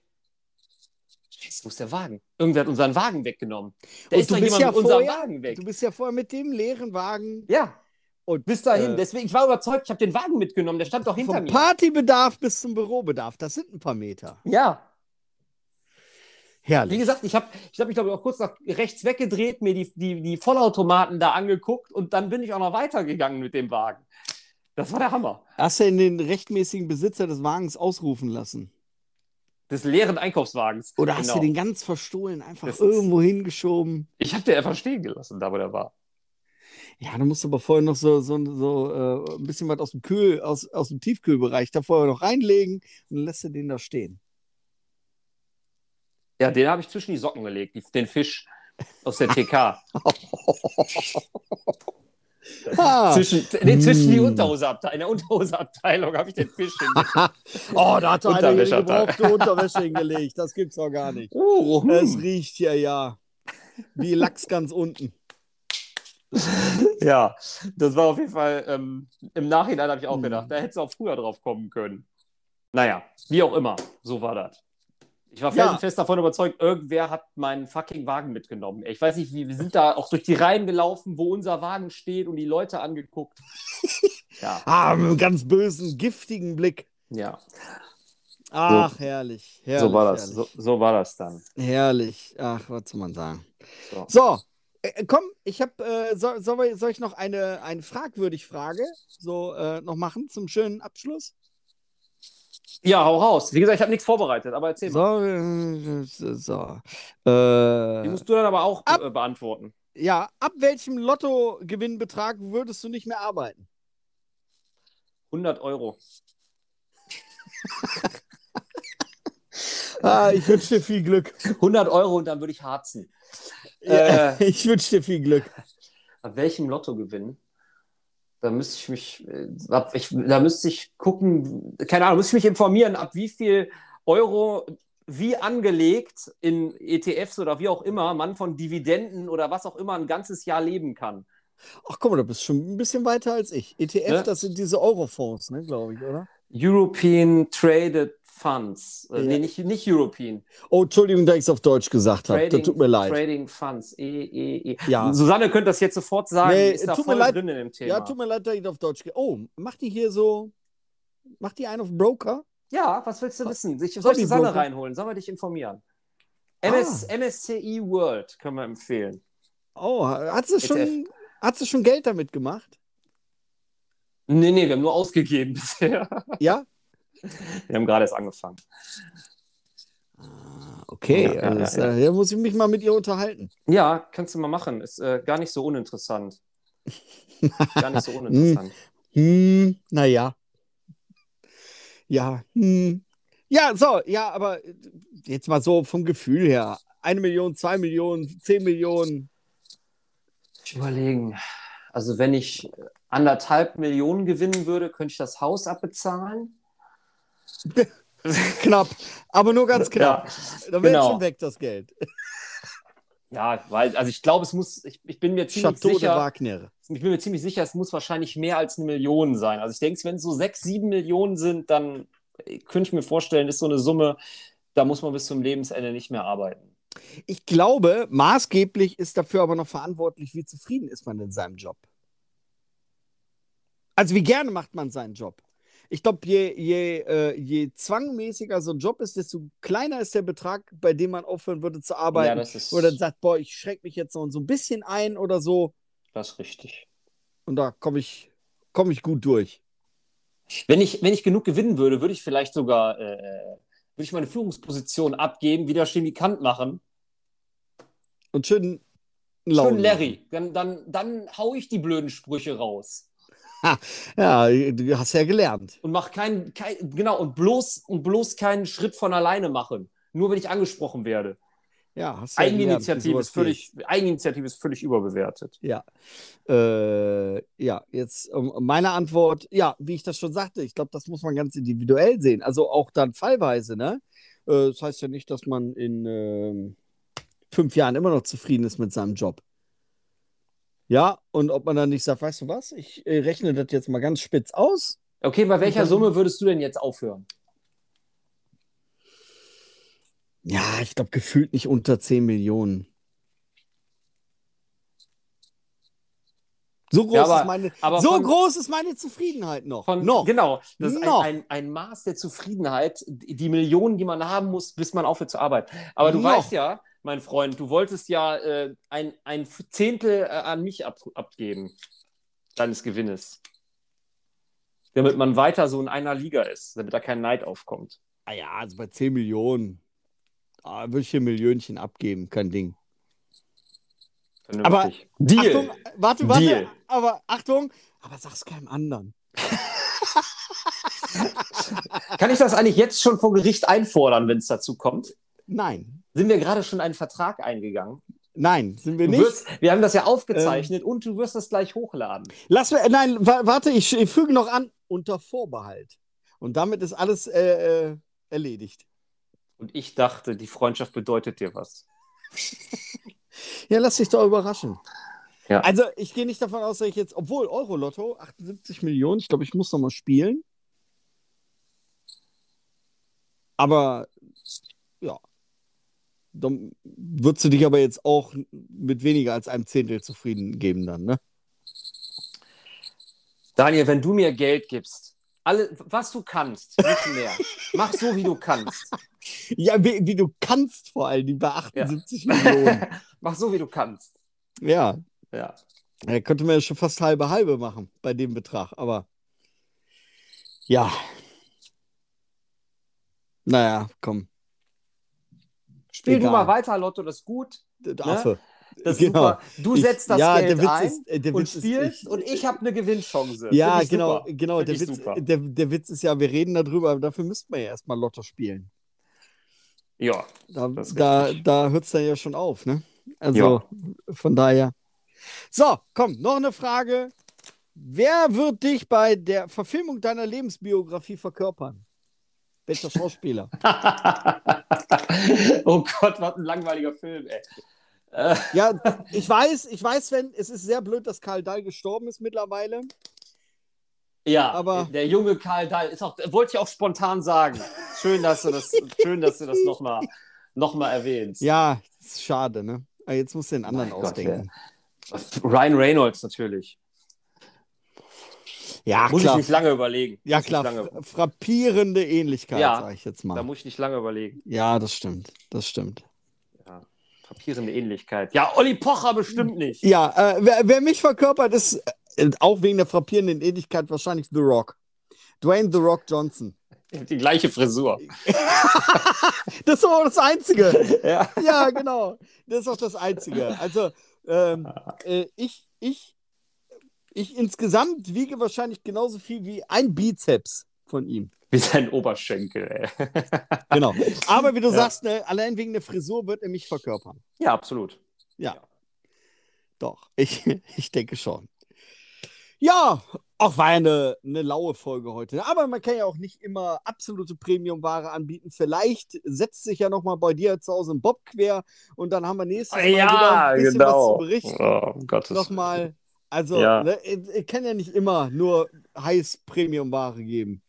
Speaker 1: Scheiße, wo ist der Wagen? Irgendwer hat unseren Wagen weggenommen. Da
Speaker 2: Und
Speaker 1: ist
Speaker 2: du
Speaker 1: doch
Speaker 2: bist
Speaker 1: jemand
Speaker 2: ja
Speaker 1: mit unserem
Speaker 2: vorher-
Speaker 1: Wagen weg.
Speaker 2: Du bist ja vorher mit dem leeren Wagen
Speaker 1: Ja.
Speaker 2: Und,
Speaker 1: Und bis dahin,
Speaker 2: äh,
Speaker 1: deswegen, ich war überzeugt, ich habe den Wagen mitgenommen, der stand doch hinter
Speaker 2: vom
Speaker 1: mir.
Speaker 2: Partybedarf bis zum Bürobedarf. Das sind ein paar Meter.
Speaker 1: ja. Wie
Speaker 2: Herrlich.
Speaker 1: gesagt, ich habe ich hab mich, glaube ich, auch kurz nach rechts weggedreht, mir die, die, die Vollautomaten da angeguckt und dann bin ich auch noch weitergegangen mit dem Wagen. Das war der Hammer.
Speaker 2: Hast du in den rechtmäßigen Besitzer des Wagens ausrufen lassen?
Speaker 1: Des leeren Einkaufswagens.
Speaker 2: Oder hast
Speaker 1: Genau.
Speaker 2: du den ganz verstohlen, einfach
Speaker 1: Das ist-
Speaker 2: irgendwo hingeschoben?
Speaker 1: Ich habe den einfach stehen gelassen, da wo der war.
Speaker 2: Ja, du musst aber vorher noch so, so, so äh, ein bisschen was aus dem Kühl, aus, aus dem Tiefkühlbereich da vorher noch reinlegen und dann lässt du den da stehen.
Speaker 1: Ja, den habe ich zwischen die Socken gelegt, die, den Fisch aus der TK.
Speaker 2: Ah.
Speaker 1: zwischen, nee, zwischen die
Speaker 2: Mm.
Speaker 1: Unterhoseabteilung. In der Unterhoseabteilung habe ich den Fisch hingelegt.
Speaker 2: oh, da hat er eine
Speaker 1: Unterwäscherteil.
Speaker 2: gebrauchte Unterwäsche hingelegt. Das gibt's doch gar nicht.
Speaker 1: Oh, hm.
Speaker 2: Es riecht ja ja wie Lachs ganz unten.
Speaker 1: Ja, das war auf jeden Fall, ähm, im Nachhinein habe ich auch
Speaker 2: Hm.
Speaker 1: gedacht, da hättest du auch früher drauf kommen können. Naja, wie auch immer, so war das. Ich war
Speaker 2: Ja.
Speaker 1: felsenfest davon überzeugt, irgendwer hat meinen fucking Wagen mitgenommen. Ich weiß nicht, wie, wir sind da auch durch die Reihen gelaufen, wo unser Wagen steht und die Leute angeguckt. ja,
Speaker 2: Ah, mit einem ganz bösen, giftigen Blick.
Speaker 1: ja,
Speaker 2: Ach, herrlich, herrlich.
Speaker 1: so war das. So,
Speaker 2: Herrlich.
Speaker 1: so war das dann.
Speaker 2: herrlich. Ach, was soll man sagen?
Speaker 1: So.
Speaker 2: So, äh, komm, ich hab, äh, soll, soll, wir- soll ich noch eine, eine fragwürdig Frage so äh, noch machen zum schönen Abschluss?
Speaker 1: Ja, hau raus. Wie gesagt, ich habe nichts vorbereitet, aber erzähl mal.
Speaker 2: So, äh, so.
Speaker 1: Die
Speaker 2: Äh,
Speaker 1: musst du dann aber auch
Speaker 2: Ab-
Speaker 1: äh, beantworten.
Speaker 2: ja, ab welchem Lottogewinnbetrag würdest du nicht mehr arbeiten?
Speaker 1: 100 Euro.
Speaker 2: Ah, ich wünsche dir viel Glück.
Speaker 1: 100 Euro und dann würde ich harzen.
Speaker 2: Ja, ich wünsche dir viel Glück.
Speaker 1: Ab welchem Lotto gewinnen? Da müsste ich mich, äh, ab, ich, da müsste ich gucken, keine Ahnung, müsste ich mich informieren, ab wie viel Euro wie angelegt in ETFs oder wie auch immer man von Dividenden oder was auch immer ein ganzes Jahr leben kann.
Speaker 2: Ach, guck mal, du bist schon ein bisschen weiter als ich. ETF,
Speaker 1: Ne?
Speaker 2: das sind diese Eurofonds, ne, glaube ich, oder?
Speaker 1: European Traded Funds. Äh,
Speaker 2: Ja.
Speaker 1: Nee, nicht, nicht European.
Speaker 2: Oh, Entschuldigung, dass ich es auf Deutsch gesagt habe. Das
Speaker 1: Trading,
Speaker 2: tut mir leid.
Speaker 1: Trading Funds. E, e, e.
Speaker 2: Ja.
Speaker 1: Susanne könnte das jetzt sofort sagen.
Speaker 2: Nee,
Speaker 1: ist da
Speaker 2: tut mir
Speaker 1: voll
Speaker 2: leid.
Speaker 1: drin in dem Thema.
Speaker 2: Ja, tut mir leid, dass ich auf Deutsch. ge- Oh, macht die hier so. Macht die einen auf Broker?
Speaker 1: Ja, was willst
Speaker 2: Ah,
Speaker 1: du wissen? Ich soll
Speaker 2: Soll die
Speaker 1: Susanne
Speaker 2: Blocker?
Speaker 1: reinholen, sollen wir dich informieren?
Speaker 2: Ah.
Speaker 1: MS, MSCI E World können wir empfehlen.
Speaker 2: Oh, hat sie,
Speaker 1: ETF.
Speaker 2: schon, hat sie schon Geld damit gemacht?
Speaker 1: Nee, nee, wir haben nur ausgegeben bisher.
Speaker 2: Ja?
Speaker 1: Wir haben gerade erst angefangen.
Speaker 2: Ah, Okay,
Speaker 1: Ja, ja,
Speaker 2: alles,
Speaker 1: ja, ja.
Speaker 2: äh, hier muss ich mich mal mit ihr unterhalten.
Speaker 1: Ja, kannst du mal machen. Ist äh, gar nicht so uninteressant. Gar nicht so uninteressant.
Speaker 2: Hm, naja. Ja, hm. Ja, so, ja, aber jetzt mal so vom Gefühl her. Eine Million, zwei Millionen, zehn Millionen.
Speaker 1: Ich überlegen. Also wenn ich anderthalb Millionen gewinnen würde, könnte ich das Haus abbezahlen.
Speaker 2: Knapp, aber nur ganz knapp. da wäre
Speaker 1: genau.
Speaker 2: schon weg das Geld.
Speaker 1: Ja, weil, also ich glaube, es muss, ich, ich bin mir ziemlich
Speaker 2: Chateau de
Speaker 1: sicher.
Speaker 2: Wagner.
Speaker 1: ich bin mir ziemlich sicher, es muss wahrscheinlich mehr als eine Million sein. Also ich denke, wenn es so sechs, sieben Millionen sind, dann äh, könnte ich mir vorstellen, ist so eine Summe, da muss man bis zum Lebensende nicht mehr arbeiten.
Speaker 2: Ich glaube, maßgeblich ist dafür aber noch verantwortlich, wie zufrieden ist man in seinem Job. Also wie gerne macht man seinen Job. Ich glaube, je, je, äh, je zwangmäßiger so ein Job ist, desto kleiner ist der Betrag, bei dem man aufhören würde zu
Speaker 1: ja,
Speaker 2: arbeiten.
Speaker 1: das ist,
Speaker 2: oder sagt, boah, ich schränke mich jetzt noch so ein bisschen ein oder so
Speaker 1: das ist richtig.
Speaker 2: und da komme ich, komm ich gut durch.
Speaker 1: Wenn ich, wenn ich genug gewinnen würde, würde ich vielleicht sogar, äh, würde ich meine Führungsposition abgeben, wieder Chemikant machen.
Speaker 2: Und schön einen
Speaker 1: Schön
Speaker 2: Laune
Speaker 1: Larry. Dann, dann, dann hau ich die blöden Sprüche raus.
Speaker 2: ja, du hast ja gelernt.
Speaker 1: und mach keinen, kein, genau, und bloß, und bloß keinen Schritt von alleine machen. Nur wenn ich angesprochen werde.
Speaker 2: Ja, hast ja gelernt, wie
Speaker 1: Eigeninitiative
Speaker 2: sowas
Speaker 1: ist völlig, Eigeninitiative ist völlig überbewertet.
Speaker 2: Ja, äh, ja, jetzt ähm, meine Antwort, ja, wie ich das schon sagte, ich glaube, das muss man ganz individuell sehen, also auch dann fallweise, ne? Äh, das heißt ja nicht, dass man in ähm, fünf Jahren immer noch zufrieden ist mit seinem Job. Ja, und ob man dann nicht sagt, weißt du was, ich äh, rechne das jetzt mal ganz spitz aus.
Speaker 1: Okay, bei welcher
Speaker 2: dann-
Speaker 1: Summe würdest du denn jetzt aufhören?
Speaker 2: Ja, ich glaube, gefühlt nicht unter 10 Millionen. So groß,
Speaker 1: Ja, aber-
Speaker 2: ist, meine,
Speaker 1: aber
Speaker 2: so
Speaker 1: von-
Speaker 2: groß ist meine Zufriedenheit noch.
Speaker 1: Von,
Speaker 2: noch.
Speaker 1: Genau, das ist ein,
Speaker 2: Noch.
Speaker 1: ein, ein Maß der Zufriedenheit, die die Millionen, die man haben muss, bis man aufhört zu arbeiten. Aber du
Speaker 2: Noch.
Speaker 1: weißt ja, mein Freund, du wolltest ja äh, ein, ein Zehntel äh, an mich ab, abgeben, deines Gewinnes. Damit man weiter so in einer Liga ist, damit da kein Neid aufkommt.
Speaker 2: Ah ja, also bei 10 Millionen. Ah, würde ich hier ein Millionchen abgeben, kein Ding. Aber-
Speaker 1: Vernünftig. Deal.
Speaker 2: Achtung, äh, warte, warte.
Speaker 1: Deal.
Speaker 2: Aber Achtung, aber sag's keinem anderen.
Speaker 1: Kann ich das eigentlich jetzt schon vor Gericht einfordern, wenn es dazu kommt?
Speaker 2: Nein,
Speaker 1: Sind wir gerade schon einen Vertrag eingegangen?
Speaker 2: nein, sind wir
Speaker 1: Du
Speaker 2: nicht.
Speaker 1: wirst, wir haben das ja aufgezeichnet und du wirst das gleich hochladen.
Speaker 2: Lass mir, äh, nein, wa- warte, ich, ich füge noch an. Unter Vorbehalt. Und damit ist alles äh, äh, erledigt.
Speaker 1: Und ich dachte, die Freundschaft bedeutet dir was.
Speaker 2: Ja, lass dich doch überraschen.
Speaker 1: Ja.
Speaker 2: Also, ich gehe nicht davon aus, dass ich jetzt, obwohl Euro-Lotto, 78 Millionen, ich glaube, ich muss nochmal spielen. Aber ja, dann würdest du dich aber jetzt auch mit weniger als einem Zehntel zufrieden geben, dann, ne?
Speaker 1: Daniel, wenn du mir Geld gibst, alle, was du kannst, nicht mehr. Mach so, wie du kannst.
Speaker 2: Ja, wie, wie du kannst vor allem, die bei 78 Millionen.
Speaker 1: Mach so, wie du kannst.
Speaker 2: Ja,
Speaker 1: Ja.
Speaker 2: da könnte man ja schon fast halbe halbe machen bei dem Betrag, aber ja. Naja, komm.
Speaker 1: Spiel du
Speaker 2: Egal.
Speaker 1: mal weiter, Lotto, das ist gut.
Speaker 2: Der Affe.
Speaker 1: Ne? Das ist
Speaker 2: Genau.
Speaker 1: super. Du
Speaker 2: Ich-
Speaker 1: setzt das
Speaker 2: ja,
Speaker 1: Geld
Speaker 2: der Witz
Speaker 1: ein
Speaker 2: ist- äh, der
Speaker 1: und
Speaker 2: Witz ist,
Speaker 1: spielst
Speaker 2: ich-
Speaker 1: und ich habe eine Gewinnchance.
Speaker 2: Ja,
Speaker 1: Find ich
Speaker 2: genau,
Speaker 1: super.
Speaker 2: genau.
Speaker 1: Find
Speaker 2: Der
Speaker 1: ich
Speaker 2: Witz,
Speaker 1: super.
Speaker 2: der, der Witz ist ja, wir reden darüber, aber dafür müssten wir ja erstmal Lotto spielen.
Speaker 1: Ja.
Speaker 2: Da,
Speaker 1: Das ist
Speaker 2: da,
Speaker 1: richtig.
Speaker 2: da hört es dann ja schon auf, ne? Also von daher. So, komm, noch eine Frage. Wer wird dich bei der Verfilmung deiner Lebensbiografie verkörpern? Welcher Schauspieler?
Speaker 1: oh Gott, was ein langweiliger Film, ey. Äh,
Speaker 2: ja, ich weiß, ich weiß, wenn es ist sehr blöd, dass Karl Dahl gestorben ist mittlerweile.
Speaker 1: ja,
Speaker 2: Aber-
Speaker 1: der junge Karl Dahl ist auch, wollte ich auch spontan sagen. Schön, dass du das, schön, dass du das nochmal noch mal erwähnst.
Speaker 2: Ja, ist schade, ne? Aber Jetzt musst du den anderen
Speaker 1: Mein Gott,
Speaker 2: ausdenken.
Speaker 1: Ryan Reynolds natürlich.
Speaker 2: ja,
Speaker 1: muss
Speaker 2: klar.
Speaker 1: ich nicht lange überlegen.
Speaker 2: Ja,
Speaker 1: muss
Speaker 2: klar.
Speaker 1: Nicht lange,
Speaker 2: f- Frappierende Ähnlichkeit,
Speaker 1: Ja.
Speaker 2: sage ich jetzt
Speaker 1: da
Speaker 2: mal.
Speaker 1: muss ich nicht lange überlegen.
Speaker 2: Ja, das stimmt. Das stimmt.
Speaker 1: Papierende Ähnlichkeit. Ja, Olli Pocher bestimmt nicht.
Speaker 2: Ja, äh, wer, wer mich verkörpert, ist äh, auch wegen der frappierenden Ähnlichkeit wahrscheinlich The Rock. Dwayne The Rock Johnson.
Speaker 1: Die gleiche Frisur.
Speaker 2: Das ist aber das Einzige.
Speaker 1: Ja.
Speaker 2: ja, genau. Das ist auch das Einzige. Also, ähm, äh, ich, ich, ich insgesamt wiege wahrscheinlich genauso viel wie ein Bizeps von ihm.
Speaker 1: Wie sein Oberschenkel, ey.
Speaker 2: Genau. Aber wie du
Speaker 1: Ja.
Speaker 2: sagst, ne, allein wegen der Frisur wird er mich verkörpern.
Speaker 1: Ja, absolut.
Speaker 2: Doch, ich, ich denke schon. Ja, auch war ja eine, eine laue Folge heute. ne? Aber man kann ja auch nicht immer absolute Premium-Ware anbieten. Vielleicht setzt sich ja nochmal bei dir zu Hause ein Bob quer und dann haben wir nächstes Mal wieder ein bisschen was zu berichten.
Speaker 1: Oh, um Gottes
Speaker 2: Nochmal. Also,
Speaker 1: Ja.
Speaker 2: ne, ich, ich kann ja nicht immer nur heiß Premium-Ware geben.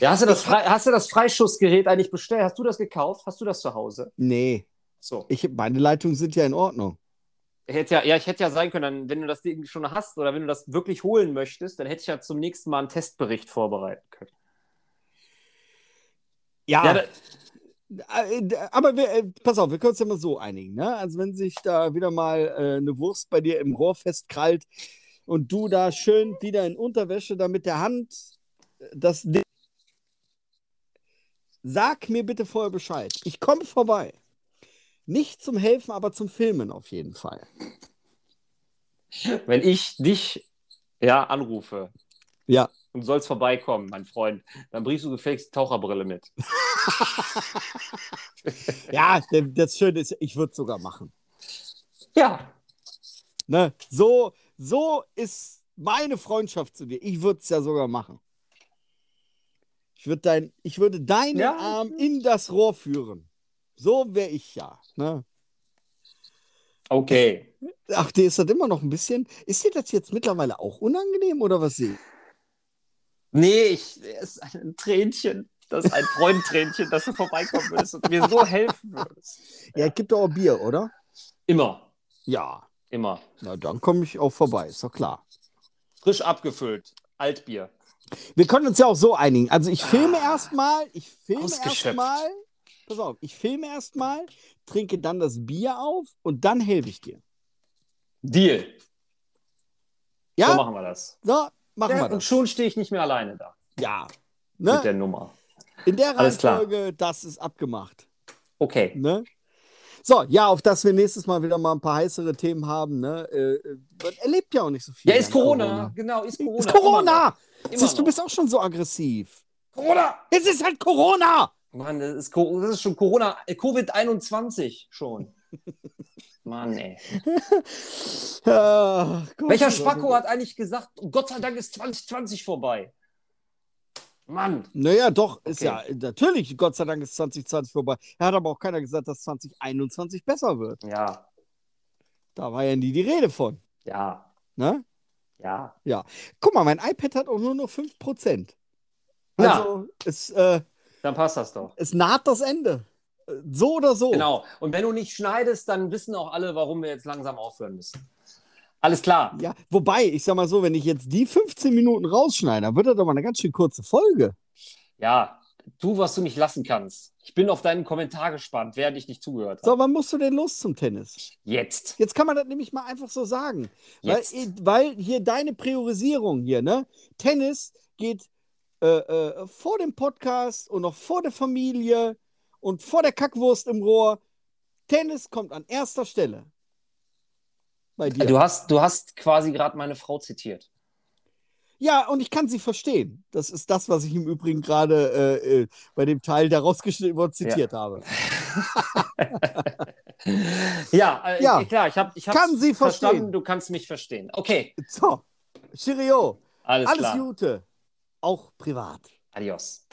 Speaker 1: Ja, hast, du das Fre- hast du das Freischussgerät eigentlich bestellt? Hast du das gekauft? Hast du das zu Hause?
Speaker 2: Nee,
Speaker 1: So.
Speaker 2: ich, meine Leitungen sind ja in Ordnung.
Speaker 1: Ich hätte ja, ja, ich hätte ja sein können, dann, wenn du das Ding schon hast oder wenn du das wirklich holen möchtest, dann hätte ich ja zum nächsten Mal einen Testbericht vorbereiten können.
Speaker 2: Ah.
Speaker 1: Ja, da,
Speaker 2: Äh, d- Aber wir, äh, pass auf, wir können uns ja mal so einigen. Ne? Also, wenn sich da wieder mal äh, eine Wurst bei dir im Rohr festkrallt und du da schön wieder in Unterwäsche da mit der Hand äh, das. Ding- Sag mir bitte vorher Bescheid. Ich komme vorbei. Nicht zum Helfen, aber zum Filmen auf jeden Fall.
Speaker 1: wenn ich dich Ja, Anrufe.
Speaker 2: Ja.
Speaker 1: Und sollst vorbeikommen, mein Freund. Dann bringst du gefälligst die Taucherbrille mit.
Speaker 2: Ja, denn das Schöne ist, ich würde es sogar machen.
Speaker 1: Ja.
Speaker 2: Ne? So, so ist meine Freundschaft zu dir. Ich würde es ja sogar machen. Ich, würd dein, ich würde deinen
Speaker 1: Ja.
Speaker 2: Arm in das Rohr führen. So wäre ich ja. Ne?
Speaker 1: Okay.
Speaker 2: Ach, dir ist das immer noch ein bisschen. Ist dir das jetzt mittlerweile auch unangenehm oder was sehe ich?
Speaker 1: Nee, ich, es ist ein Tränchen. Das ist ein Freundtränchen, dass du vorbeikommen würdest und mir so helfen würdest.
Speaker 2: Ja, es gibt doch auch Bier, oder?
Speaker 1: Immer.
Speaker 2: Ja.
Speaker 1: Immer.
Speaker 2: Na, dann komme ich auch vorbei, ist doch klar.
Speaker 1: Frisch abgefüllt. Altbier.
Speaker 2: Wir können uns ja auch so einigen. Also ich filme
Speaker 1: Ah.
Speaker 2: erstmal, ich filme
Speaker 1: Ausgeschöpft.
Speaker 2: erstmal, pass auf, ich filme erstmal, trinke dann das Bier auf und dann helfe ich dir.
Speaker 1: Deal. So
Speaker 2: Ja,
Speaker 1: machen wir das.
Speaker 2: so machen
Speaker 1: ja,
Speaker 2: wir
Speaker 1: und
Speaker 2: das.
Speaker 1: schon stehe ich nicht mehr alleine da
Speaker 2: Ja.
Speaker 1: mit
Speaker 2: Ne?
Speaker 1: der Nummer.
Speaker 2: In der
Speaker 1: Alles klar.
Speaker 2: Reihenfolge, das ist abgemacht.
Speaker 1: Okay.
Speaker 2: Ne? So, ja, auf dass wir nächstes Mal wieder mal ein paar heißere Themen haben. Ne? Äh, man erlebt ja auch nicht so viel.
Speaker 1: Ja, ist
Speaker 2: an
Speaker 1: Corona. Genau, ist Corona.
Speaker 2: Ist Corona!
Speaker 1: Immer noch. Immer
Speaker 2: Siehst, du
Speaker 1: noch.
Speaker 2: bist auch schon so aggressiv.
Speaker 1: Corona!
Speaker 2: Es ist halt Corona!
Speaker 1: Mann, das ist, Co- das ist schon Corona, äh, Covid-21 schon. Mann, ey.
Speaker 2: Ach, Gott,
Speaker 1: Welcher
Speaker 2: Gott,
Speaker 1: Spacko
Speaker 2: Gott.
Speaker 1: hat eigentlich gesagt, oh Gott sei Dank ist 2020 vorbei? Mann.
Speaker 2: Naja, doch, ist ja
Speaker 1: Okay.
Speaker 2: natürlich, Gott sei Dank ist 2020 vorbei. Er hat aber auch keiner gesagt, dass 2021 besser wird.
Speaker 1: Ja,
Speaker 2: Da war ja nie die Rede von.
Speaker 1: ja,
Speaker 2: Ne?
Speaker 1: ja.
Speaker 2: Guck mal, mein iPad hat auch nur noch 5%.
Speaker 1: Ja.
Speaker 2: Also es, äh,
Speaker 1: Dann passt das doch.
Speaker 2: es naht das Ende. Äh, So oder so.
Speaker 1: Genau. Und wenn du nicht schneidest, dann wissen auch alle, warum wir jetzt langsam aufhören müssen. Alles klar.
Speaker 2: Ja, wobei, ich sag mal so, wenn ich jetzt die 15 Minuten rausschneide, dann wird das doch mal eine ganz schön kurze Folge.
Speaker 1: Ja, tu, was du nicht lassen kannst. Ich bin auf deinen Kommentar gespannt, während ich nicht zugehört habe.
Speaker 2: So, wann musst du denn los zum Tennis?
Speaker 1: Jetzt.
Speaker 2: Jetzt kann man das nämlich mal einfach so sagen. Weil,
Speaker 1: Jetzt.
Speaker 2: weil hier deine Priorisierung hier, ne? Tennis geht äh, äh, vor dem Podcast und noch vor der Familie und vor der Kackwurst im Rohr. Tennis kommt an erster Stelle. Bei dir.
Speaker 1: Du hast, du hast quasi gerade meine Frau zitiert.
Speaker 2: Ja, und ich kann sie verstehen. Das ist das, was ich im Übrigen gerade äh, äh, bei dem Teil, der rausgeschnitten wurde, zitiert habe.
Speaker 1: Ja, äh,
Speaker 2: Ja.
Speaker 1: ja. klar, ich habe ich hab's
Speaker 2: Kann sie verstehen.
Speaker 1: verstanden, du kannst mich verstehen. Okay,
Speaker 2: So, Cheerio.
Speaker 1: alles,
Speaker 2: Alles
Speaker 1: klar.
Speaker 2: Gute. Auch privat.
Speaker 1: Adios.